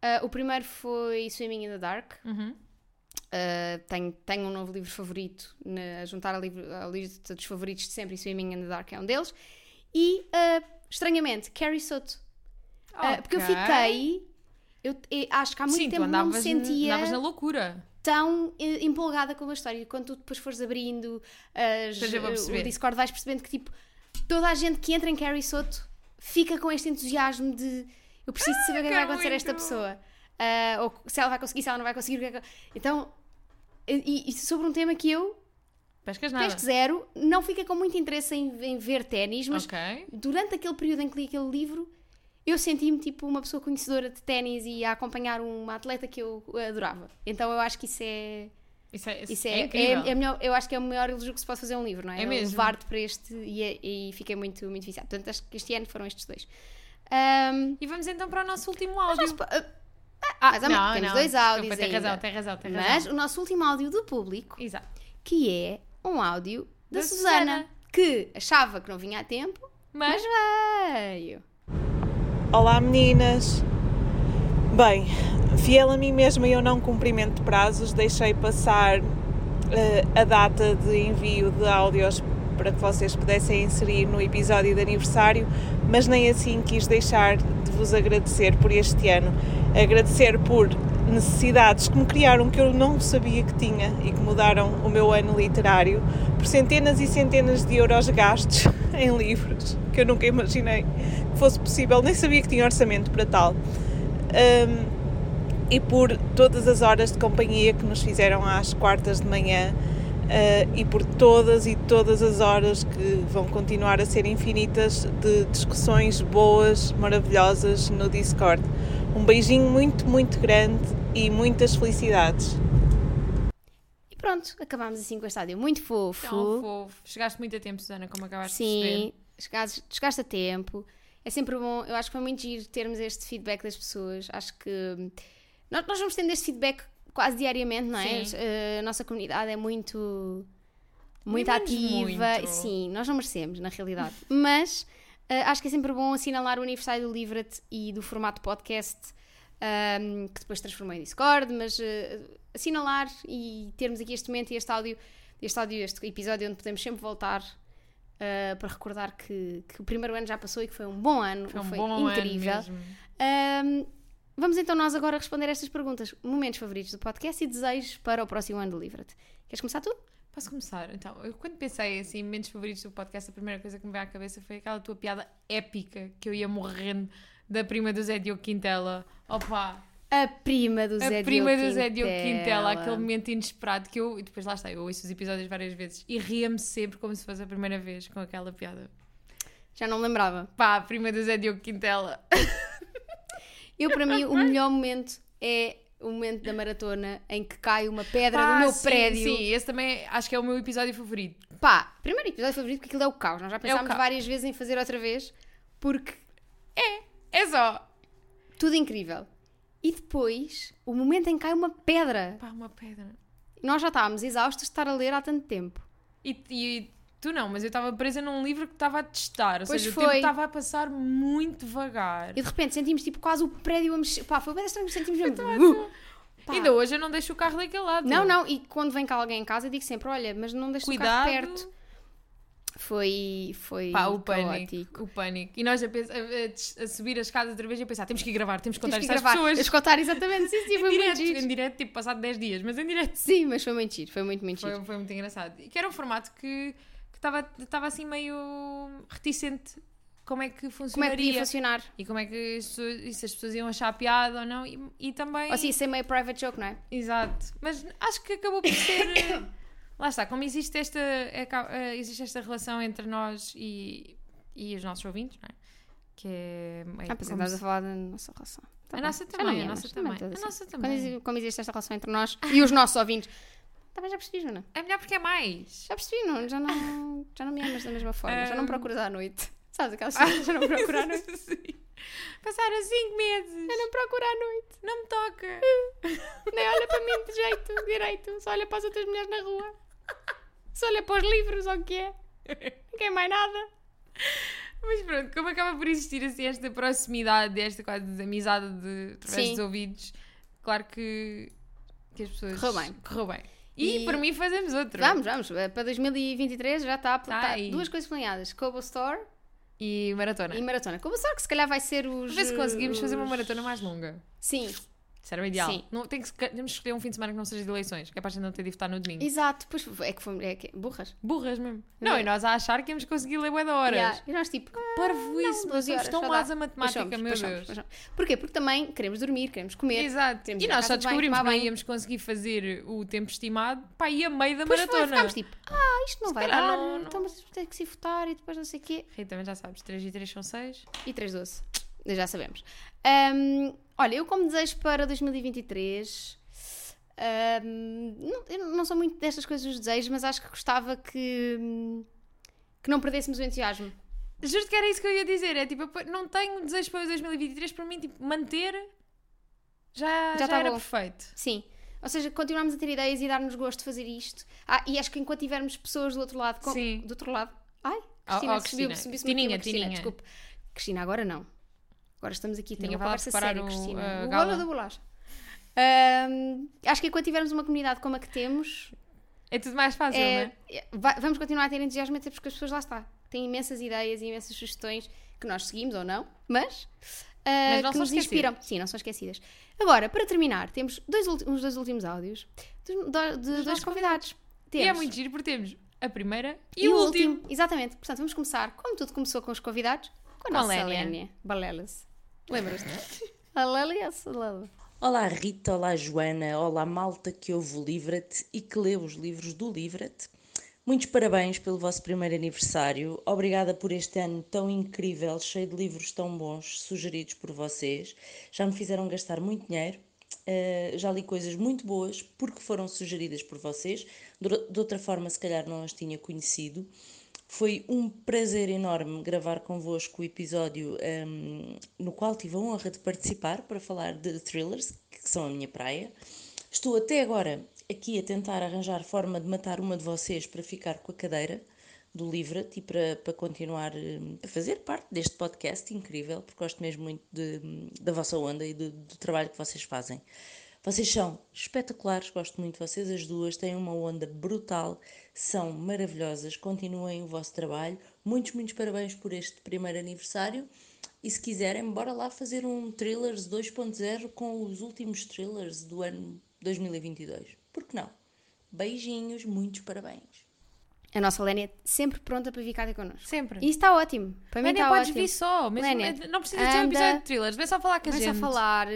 B: Ah, o primeiro foi Swimming in the Dark,
A: Uhum.
B: Uh, tenho, tenho um novo livro favorito na- a juntar a, livro, a lista dos favoritos de sempre e Swimming in the Dark é um deles e uh, estranhamente Carrie Soto Uh, porque eu
A: Ah, Ok.
B: fiquei eu, eu acho que há muito
A: Sim, tu
B: tempo não me
A: andavas, eh,
B: sentia
A: andavas na loucura.
B: tão eh, empolgada com a história e quando tu depois fores abrindo as- eh,
A: Pois eu vou perceber.
B: o Discord vais percebendo que tipo toda a gente que entra em Carrie Soto fica com este entusiasmo de eu preciso saber o que é que vai
A: quero
B: acontecer a esta
A: muito.
B: pessoa Ah, ou se ela vai conseguir, se ela não vai conseguir o que é que- então e, e sobre um tema que eu,
A: Pescas nada.
B: teste zero, não fica com muito interesse em, em ver ténis, mas
A: Ok.
B: durante aquele período em que li aquele livro, eu senti-me tipo uma pessoa conhecedora de ténis e a acompanhar uma atleta que eu adorava. Então eu acho que isso é.
A: Isso é,
B: Isso
A: é
B: é,
A: incrível.
B: é- é a melhor- eu acho que é o maior elogio que se pode fazer a um livro, não é?
A: É mesmo.
B: Levar-te para este e, é- e fiquei muito, muito viciada. Portanto, acho que este ano foram estes dois. Ahm,
A: E vamos então para o nosso último áudio.
B: mas, ah,
A: Ah,
B: mas há- temos dois
A: desculpa,
B: áudios
A: Tem razão,
B: ainda.
A: tem razão, tem razão.
B: mas o nosso último áudio do público,
A: Exato.
B: que é um áudio da,
A: Da
B: Susana,
A: Susana.
B: que achava que não vinha a tempo,
A: Mas
B: mas veio.
G: Olá meninas! Bem, fiel a mim mesma eu não cumprimento prazos, deixei passar eh, a data de envio de áudios para que vocês pudessem inserir no episódio de aniversário, mas nem assim quis deixar de vos agradecer por este ano. Agradecer por necessidades que me criaram que eu não sabia que tinha e que mudaram o meu ano literário, por centenas e centenas de euros gastos em livros que eu nunca imaginei que fosse possível, nem sabia que tinha orçamento para tal. Ahm, e por todas as horas de companhia que nos fizeram às quartas de manhã ah, e por todas e todas as horas que vão continuar a ser infinitas de discussões boas, maravilhosas no Discord. Um beijinho muito, muito grande e muitas felicidades.
B: E pronto, acabámos assim com este áudio muito fofo.
A: Tão fofo. Chegaste muito a tempo, Susana, como acabaste de perceber.
B: Sim, chegaste, chegaste a tempo. É sempre bom, eu acho que foi muito giro termos este feedback das pessoas. Acho que hum, nós, nós vamos tendo este feedback quase diariamente, não é?
A: Sim.
B: Eh, A nossa comunidade é muito, muito
A: Mimamos
B: ativa.
A: muito.
B: Sim, nós não merecemos, na realidade. Mas eh, acho que é sempre bom assinalar o aniversário do Livret e do formato podcast, hum, que depois transformou em Discord, mas eh, assinalar e termos aqui este momento e este áudio, este áudio, este episódio onde podemos sempre voltar Uh, para recordar que, que o primeiro ano já passou e que foi um bom ano,
A: Foi
B: foi,
A: um bom
B: incrível.
A: ano mesmo.
B: Um, vamos então nós agora responder estas perguntas. Momentos favoritos do podcast e desejos para o próximo ano do Livre-te. Queres começar tu?
A: Posso começar? Então, eu quando pensei assim, em momentos favoritos do podcast, a primeira coisa que me veio à cabeça foi aquela tua piada épica que eu ia morrendo da prima do Zé Diogo Quintela. Opa!
B: A prima do Zé
A: a prima
B: Diogo
A: do Zé Diogo Quintela,
B: Quintela.
A: aquele momento inesperado que eu. E depois lá está, eu ouço os episódios várias vezes e ria-me sempre como se fosse a primeira vez com aquela piada.
B: Já não me lembrava.
A: Pá, a prima do Zé Diogo Quintela.
B: Eu, para mim, o melhor momento é o momento da maratona em que cai uma pedra
A: Ah,
B: do meu
A: sim,
B: prédio.
A: Sim, esse também acho que é o meu episódio favorito.
B: Pá, primeiro episódio favorito porque aquilo é o caos. Nós já pensámos
A: caos.
B: várias vezes em fazer outra vez porque
A: É só.
B: tudo é incrível. E depois, o momento em que cai uma pedra.
A: Pá, uma pedra.
B: Nós já estávamos exaustos de estar a ler há tanto tempo.
A: E, e tu não, mas eu estava presa num livro que estava a testar. Ou
B: Pois
A: seja, o
B: foi.
A: tempo estava a passar muito devagar.
B: E de repente sentimos tipo quase o prédio a mexer. Pá, foi bem estranho, sentimos mesmo. Pá.
A: Ainda hoje eu não deixo o carro daquele lado.
B: Não, não, e quando vem cá alguém em casa, eu digo sempre: olha, mas não deixes
A: Cuidado.
B: o carro perto. Foi. Foi.
A: Pá, o
B: caótico.
A: pânico, o pânico. E nós a, pens- a- a des- a subir a escada outra vez e a pensar, temos que ir gravar, temos que contar
B: Tens que
A: isto às
B: gravar.
A: pessoas.
B: Tens que contar exatamente, sim, sim,
A: em,
B: foi muito
A: direto,
B: giro.
A: em direto, tipo, passado 10 dias, mas em direto.
B: Sim, mas foi muito giro, foi muito, muito giro.
A: Foi, foi muito engraçado. E que era um formato que estava estava assim meio reticente como é que
B: Como é que
A: funcionaria.
B: podia funcionar?
A: E como é que as pessoas, e se as pessoas iam achar piada ou não. E, e também...
B: Ou sim, isso é meio private joke, não é?
A: Exato. Mas acho que acabou por ser. eh, Lá está, como existe esta, aca- eh, existe esta relação entre nós e, e os nossos ouvintes, não é? Que é. meio
B: Ah, pois
A: como
B: estás a
A: se-
B: falar da nossa relação.
A: A
B: Tá bem.
A: nossa
B: Já
A: também,
B: não me
A: a
B: amas,
A: nossa
B: também
A: também,
B: estás
A: a
B: assim.
A: nossa
B: Quando
A: também.
B: exi- Como existe esta relação entre nós e os nossos ouvintes. Também já percebi, Juna.
A: É melhor porque é mais.
B: Já percebi, não, já, não, já não me amas da mesma forma. Já não me
A: Ah.
B: procuras à noite. Sabes aquelas coisas? Já não me procuras à noite.
A: Sim. Passaram 5 meses.
B: Já não me procuro à noite.
A: Não me toca.
B: Nem olha para mim de jeito direito, só olha para as outras mulheres na rua. Só olha para os livros, ou o que é? Não quer mais nada.
A: Mas pronto, como acaba por existir assim esta proximidade, esta quase amizade de, através
B: Sim.
A: dos ouvidos, claro que, que as pessoas.
B: Correu bem.
A: Correu bem. E,
B: E-
A: por mim fazemos outro.
B: Vamos, vamos. eh, Para 2023 já está.
A: Tá
B: tá
A: aí.
B: duas coisas planeadas: Cobo Store
A: E maratona.
B: e Maratona. Cobo Store, que se calhar vai ser
A: é? Vamos
B: os. eh,
A: ver se conseguimos fazer uma
B: os-
A: maratona mais longa.
B: Sim,
A: Isso era o ideal.
B: Sim.
A: Não, tem que, se- temos que escolher um fim de semana que não seja de eleições, que é para a gente não ter de votar no domingo.
B: exato. Pois é que fomos. É que, burras.
A: Burras mesmo. Não, e nós a achar que íamos conseguir ler bué da horas.
B: Yeah, E nós tipo.
A: Parvoíssimo,
B: não, 12
A: somos
B: horas,
A: tão
B: só
A: más
B: dá.
A: a matemática,
B: Pois somos,
A: meu
B: pois somos,
A: Deus.
B: pois somos. Porquê? Porque também queremos dormir, queremos comer.
A: Exato.
B: Temos
A: E
B: ir à
A: nós só
B: casa de banho,
A: descobrimos que
B: tomar
A: não
B: banho.
A: íamos conseguir fazer o tempo estimado para ir a meio da
B: Depois foi,
A: maratona.
B: ficámos tipo, ah, isto não vai
A: calhar
B: dar,
A: não- não-
B: então mas tem que se votar e depois não sei o quê.
A: Rita, também já sabes, 3 e 3 são 6.
B: E 312. Já sabemos. Ahm, olha, eu como desejo para 2023. ahm, não, eu não sou muito destas coisas dos desejos, mas acho que gostava que, hum, que não perdêssemos o entusiasmo.
A: Juro que era isso que eu ia dizer. É tipo, eu não tenho desejo para 2023, para mim, tipo, manter já,
B: Já
A: já,
B: tá
A: era
B: bom.
A: perfeito.
B: Sim. Ou seja, continuarmos a ter ideias e dar-nos gosto de fazer isto. Ah, e acho que enquanto tivermos pessoas do outro lado. com-
A: Sim.
B: Do outro lado. Ai,
A: Oh,
B: Cristina,
A: oh, Cristina.
B: subiu, subiu-se uma
A: Tininha,
B: Cristina, Cristina,
A: Tininha.
B: desculpe. Cristina, agora não. Agora estamos aqui, tem
A: Tininha,
B: uma
A: vai lá
B: conversa
A: preparar
B: séria,
A: o,
B: Cristina.
A: uh,
B: o
A: gala.
B: bolo da bolacha. Ahm, acho que enquanto tivermos uma comunidade como a que temos,
A: É tudo mais fácil, não
B: é-
A: é?
B: é- vai- vamos continuar a ter entusiasmo até porque as pessoas lá está. Têm imensas ideias e imensas sugestões que nós seguimos ou não, mas, ah,
A: Mas não
B: que
A: são
B: nos inspiram. Sim, não são esquecidas. Agora, para terminar, temos dois ulti- os dois últimos áudios de, de- de dois
A: nossos
B: convidados.
A: E é
B: Temos-
A: muito giro porque temos a primeira e, o último.
B: Exatamente. Portanto, vamos começar, como tudo começou com os convidados, com a nossa
A: Lénia.
B: Lénia. Balelas. Lembras-te? A Lélia Solala.
H: Olá Rita, olá Joana, olá malta que ouve o Livra-te e que lê os livros do Livra-te. Muitos parabéns pelo vosso primeiro aniversário. Obrigada por este ano tão incrível, cheio de livros tão bons sugeridos por vocês. Já me fizeram gastar muito dinheiro. eh, já li coisas muito boas porque foram sugeridas por vocês. Dor- De outra forma, se calhar não as tinha conhecido. Foi um prazer enorme gravar convosco o episódio hum, no qual tive a honra de participar para falar de thrillers, que são a minha praia. Estou até agora aqui a tentar arranjar forma de matar uma de vocês para ficar com a cadeira do livro e para, para continuar hum, a fazer parte deste podcast incrível, porque gosto mesmo muito de, hum, da vossa onda e do, do trabalho que vocês fazem. Vocês são espetaculares, gosto muito de vocês as duas, têm uma onda brutal, são maravilhosas, continuem o vosso trabalho. Muitos, muitos parabéns por este primeiro aniversário. E se quiserem, bora lá fazer um Thrillers 2.0 com os últimos thrillers do ano 2022. Por que não? Beijinhos, muitos parabéns.
B: A nossa Lénia sempre pronta para vir cá ter connosco.
A: Sempre.
B: E é assim. isso está ótimo. Para mim
A: Lénia,
B: está
A: podes
B: ótimo.
A: vir só. Mesmo,
B: Lénia,
A: não precisa ter um
B: anda,
A: episódio de thrillers. Vem só falar com a
B: Começa
A: gente.
B: a falar.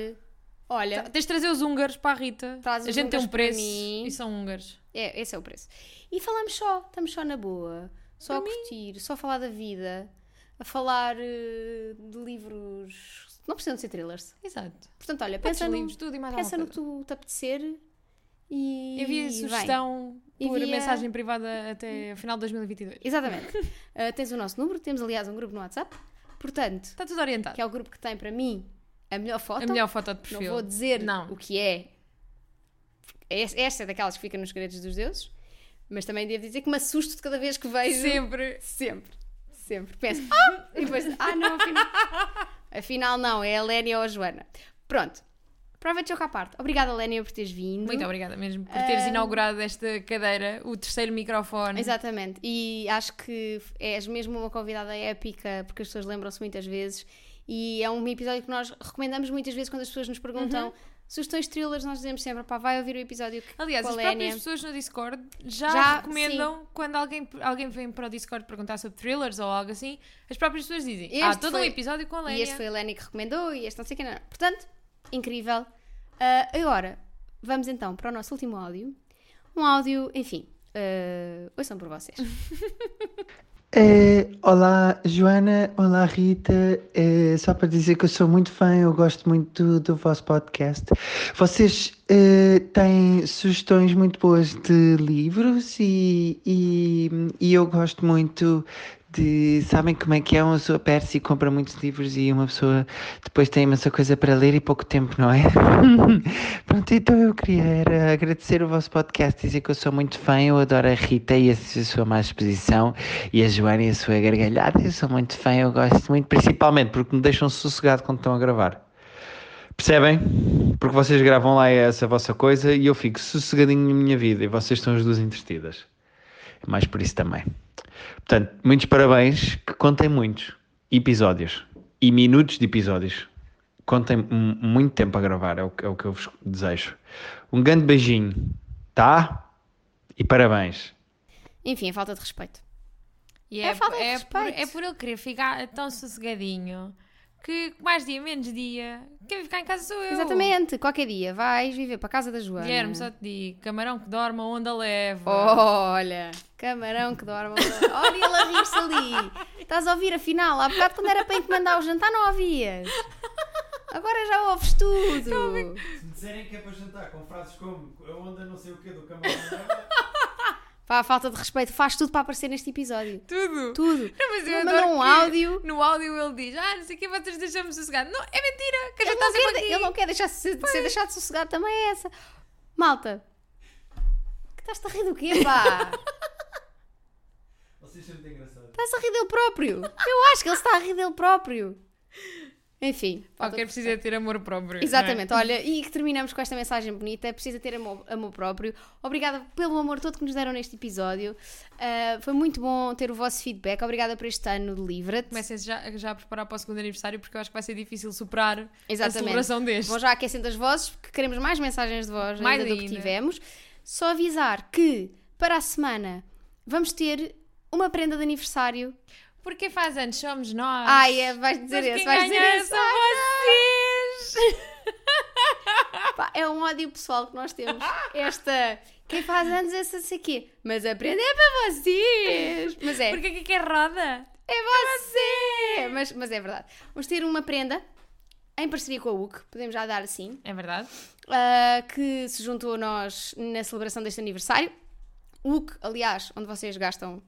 B: Olha,
A: Tá- Tens de trazer os húngaros para a Rita.
B: Traz os
A: a gente tem um
B: húngaros para
A: preço
B: mim.
A: e são húngaros.
B: é, esse é o preço. E falamos só, estamos só na boa. Só
A: Para
B: a curtir, só a falar da vida, a falar eh, de livros Não precisam de ser thrillers.
A: Exato.
B: Portanto, olha,
A: Pensa
B: pensa no,
A: livros, tudo e mais
B: pensa no
A: alguma
B: que
A: coisa.
B: tu te apetecer e.
A: Envia
B: e
A: sugestão
B: E
A: por
B: via-
A: mensagem privada até final de 2022.
B: vem. Exatamente. Uh, tens o nosso número, temos aliás um grupo no WhatsApp, portanto,
A: Está tudo orientado.
B: que é o grupo que tem para mim a melhor foto.
A: A melhor foto de
B: Não
A: perfil.
B: vou dizer
A: Não.
B: o que é. Es- Esta é daquelas que fica nos segredos dos deuses, mas também devo dizer que me assusto de cada vez que vejo.
A: Sempre.
B: Sempre. Sempre. Penso, ah! E depois, ah não, afinal. afinal não, é a Lénia ou a Joana. Pronto. Prova de jogo à parte. Obrigada, Lénia, por teres vindo.
A: Muito obrigada mesmo por teres inaugurado esta cadeira, o terceiro microfone.
B: Exatamente. E acho que és mesmo uma convidada épica, porque as pessoas lembram-se muitas vezes. E é um episódio que nós recomendamos muitas vezes quando as pessoas nos
A: Uhum.
B: perguntam sugestões de thrillers, nós dizemos sempre, pá, vai ouvir o episódio que
A: Aliás,
B: com a
A: as próprias
B: Lénia."
A: pessoas no Discord já,
B: Já,
A: recomendam quando alguém, alguém vem para o Discord perguntar sobre thrillers ou algo assim, as próprias pessoas dizem:
B: Este
A: Ah, todo
B: foi-
A: um episódio com a
B: E
A: Lénia.
B: este foi a Leni que recomendou e este não sei quem. não. Portanto, incrível. Ah, agora, vamos então para o nosso último áudio. Um áudio, enfim, ah, ouçam por vocês.
I: É, olá, Joana. Olá, Rita. É, só para dizer que eu sou muito fã, eu gosto muito do, do vosso podcast. Vocês é, têm sugestões muito boas de livros e, e, e eu gosto muito de. Sabem como é que é? Uma pessoa perde-se e compra muitos livros e uma pessoa depois tem imensa coisa para ler e pouco tempo, não é? Pronto, então eu queria era agradecer o vosso podcast, dizer que eu sou muito fã, eu adoro a Rita e a sua má exposição e a Joana e a sua gargalhada. Eu sou muito fã, eu gosto muito, principalmente porque me deixam sossegado quando estão a gravar. Percebem? Porque vocês gravam lá essa vossa coisa e eu fico sossegadinho na minha vida e vocês são as duas entretidas. É mais por isso também. Portanto, muitos parabéns, que contem muitos episódios e minutos de episódios. Contem mu- muito tempo a gravar, é o, que- é o que eu vos desejo. Um grande beijinho, tá? E parabéns.
B: Enfim, a falta de respeito.
A: E
B: É falta de
A: é, por,
B: respeito.
A: é por ele querer ficar tão sossegadinho que mais dia, menos dia, quem vai ficar em casa sou eu.
B: Exatamente, qualquer dia vais viver para a casa da Joana.
A: Guilherme, só te digo: camarão que dorme, a onda leva.
B: Oh. Olha, camarão que dorme. Olha ele a rir-se ali. Estás a ouvir afinal? Há bocado quando era para encomendar o jantar não ouvias. Agora já ouves tudo.
J: Se me disserem que é para jantar com frases como a onda não sei o que do camarão,
B: Pá, a falta de respeito. Faz tudo para aparecer neste episódio.
A: Tudo.
B: Tudo.
A: Não, mas eu
B: Ele
A: adoro
B: mandou um
A: que
B: áudio.
A: No áudio ele diz: Ah, não sei o que, vocês deixam-me sossegado. Não, é mentira, que eu já
B: Ele
A: está
B: não, quer,
A: sempre aqui.
B: ele não quer deixar se- de ser deixado sossegado também é essa. Malta. Que estás-te a rir do quê, pá?
J: vocês são muito engraçados.
B: Estás a rir dele próprio. Eu acho que ele está a rir dele próprio. Enfim. falta
A: Qualquer
B: de
A: precisa é ter amor próprio. não é?
B: Exatamente, olha, e que terminamos com esta mensagem bonita. Precisa ter amor, amor próprio. Obrigada pelo amor todo que nos deram neste episódio. Ah, foi muito bom ter o vosso feedback. Obrigada por este ano de Livra-te.
A: Comecem já, já a preparar para o segundo aniversário porque eu acho que vai ser difícil superar a
B: Exatamente.
A: celebração deste.
B: Vão já aquecendo as vozes, porque queremos mais mensagens de voz
A: Mais
B: ainda do que
A: ainda.
B: tivemos. Só avisar que para a semana vamos ter uma prenda de aniversário.
A: Porque faz anos somos nós.
B: Ai, é, vais dizer
A: Mas
B: esse,
A: quem é
B: vais dizer
A: ganha
B: esse.
A: são vocês!
B: Pá, é um ódio pessoal que nós temos. Esta. Quem faz anos é essa aqui. Mas a prenda é para vocês. Mas é.
A: Porque aqui que é roda.
B: É você! Mas, mas é verdade. Vamos ter uma prenda em parceria com a UC, podemos já dar assim,
A: É verdade.
B: ah, que se juntou a nós na celebração deste aniversário. UC, aliás, onde vocês gastam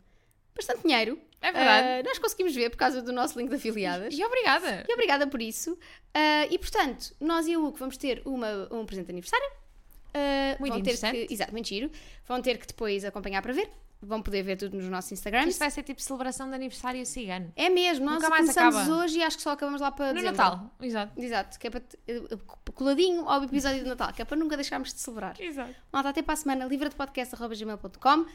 B: bastante dinheiro.
A: É verdade.
B: Ah, nós conseguimos ver por causa do nosso link de afiliadas.
A: E obrigada.
B: E obrigada por isso. Ah, e portanto, nós e a UC vamos ter uma, um presente de aniversário. Ah,
A: Muito
B: vão ter
A: interessante.
B: Que, exato, muito giro. Vão ter que depois acompanhar para ver. Vão poder ver tudo nos nossos Instagrams.
A: Isto vai ser tipo celebração de aniversário cigano.
B: É mesmo, nós
A: Nunca mais
B: começamos
A: acaba.
B: hoje e acho que só acabamos lá para
A: No
B: dezembro.
A: Natal. Exato.
B: Exato, que é para te- eh, eh, coladinho ao episódio de Natal, que é para nunca deixarmos de celebrar.
A: Exato.
B: Malta, até para a semana, livradepodcast.gmail.com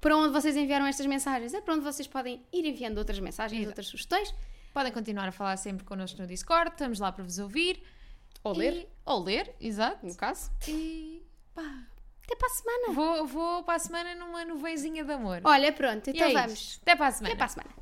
B: para onde vocês enviaram estas mensagens, é para onde vocês podem ir enviando outras mensagens, outras sugestões.
A: Podem continuar a falar sempre connosco no Discord. Estamos lá para vos ouvir.
B: Ou
A: E-
B: ler.
A: Ou ler, exato.
B: No caso.
A: E pá,
B: Até para a semana.
A: vou, vou para a semana numa nuvenzinha de amor.
B: Olha, pronto,
A: E
B: então
A: é
B: vamos.
A: isto. Até para a semana.
B: Até para a semana.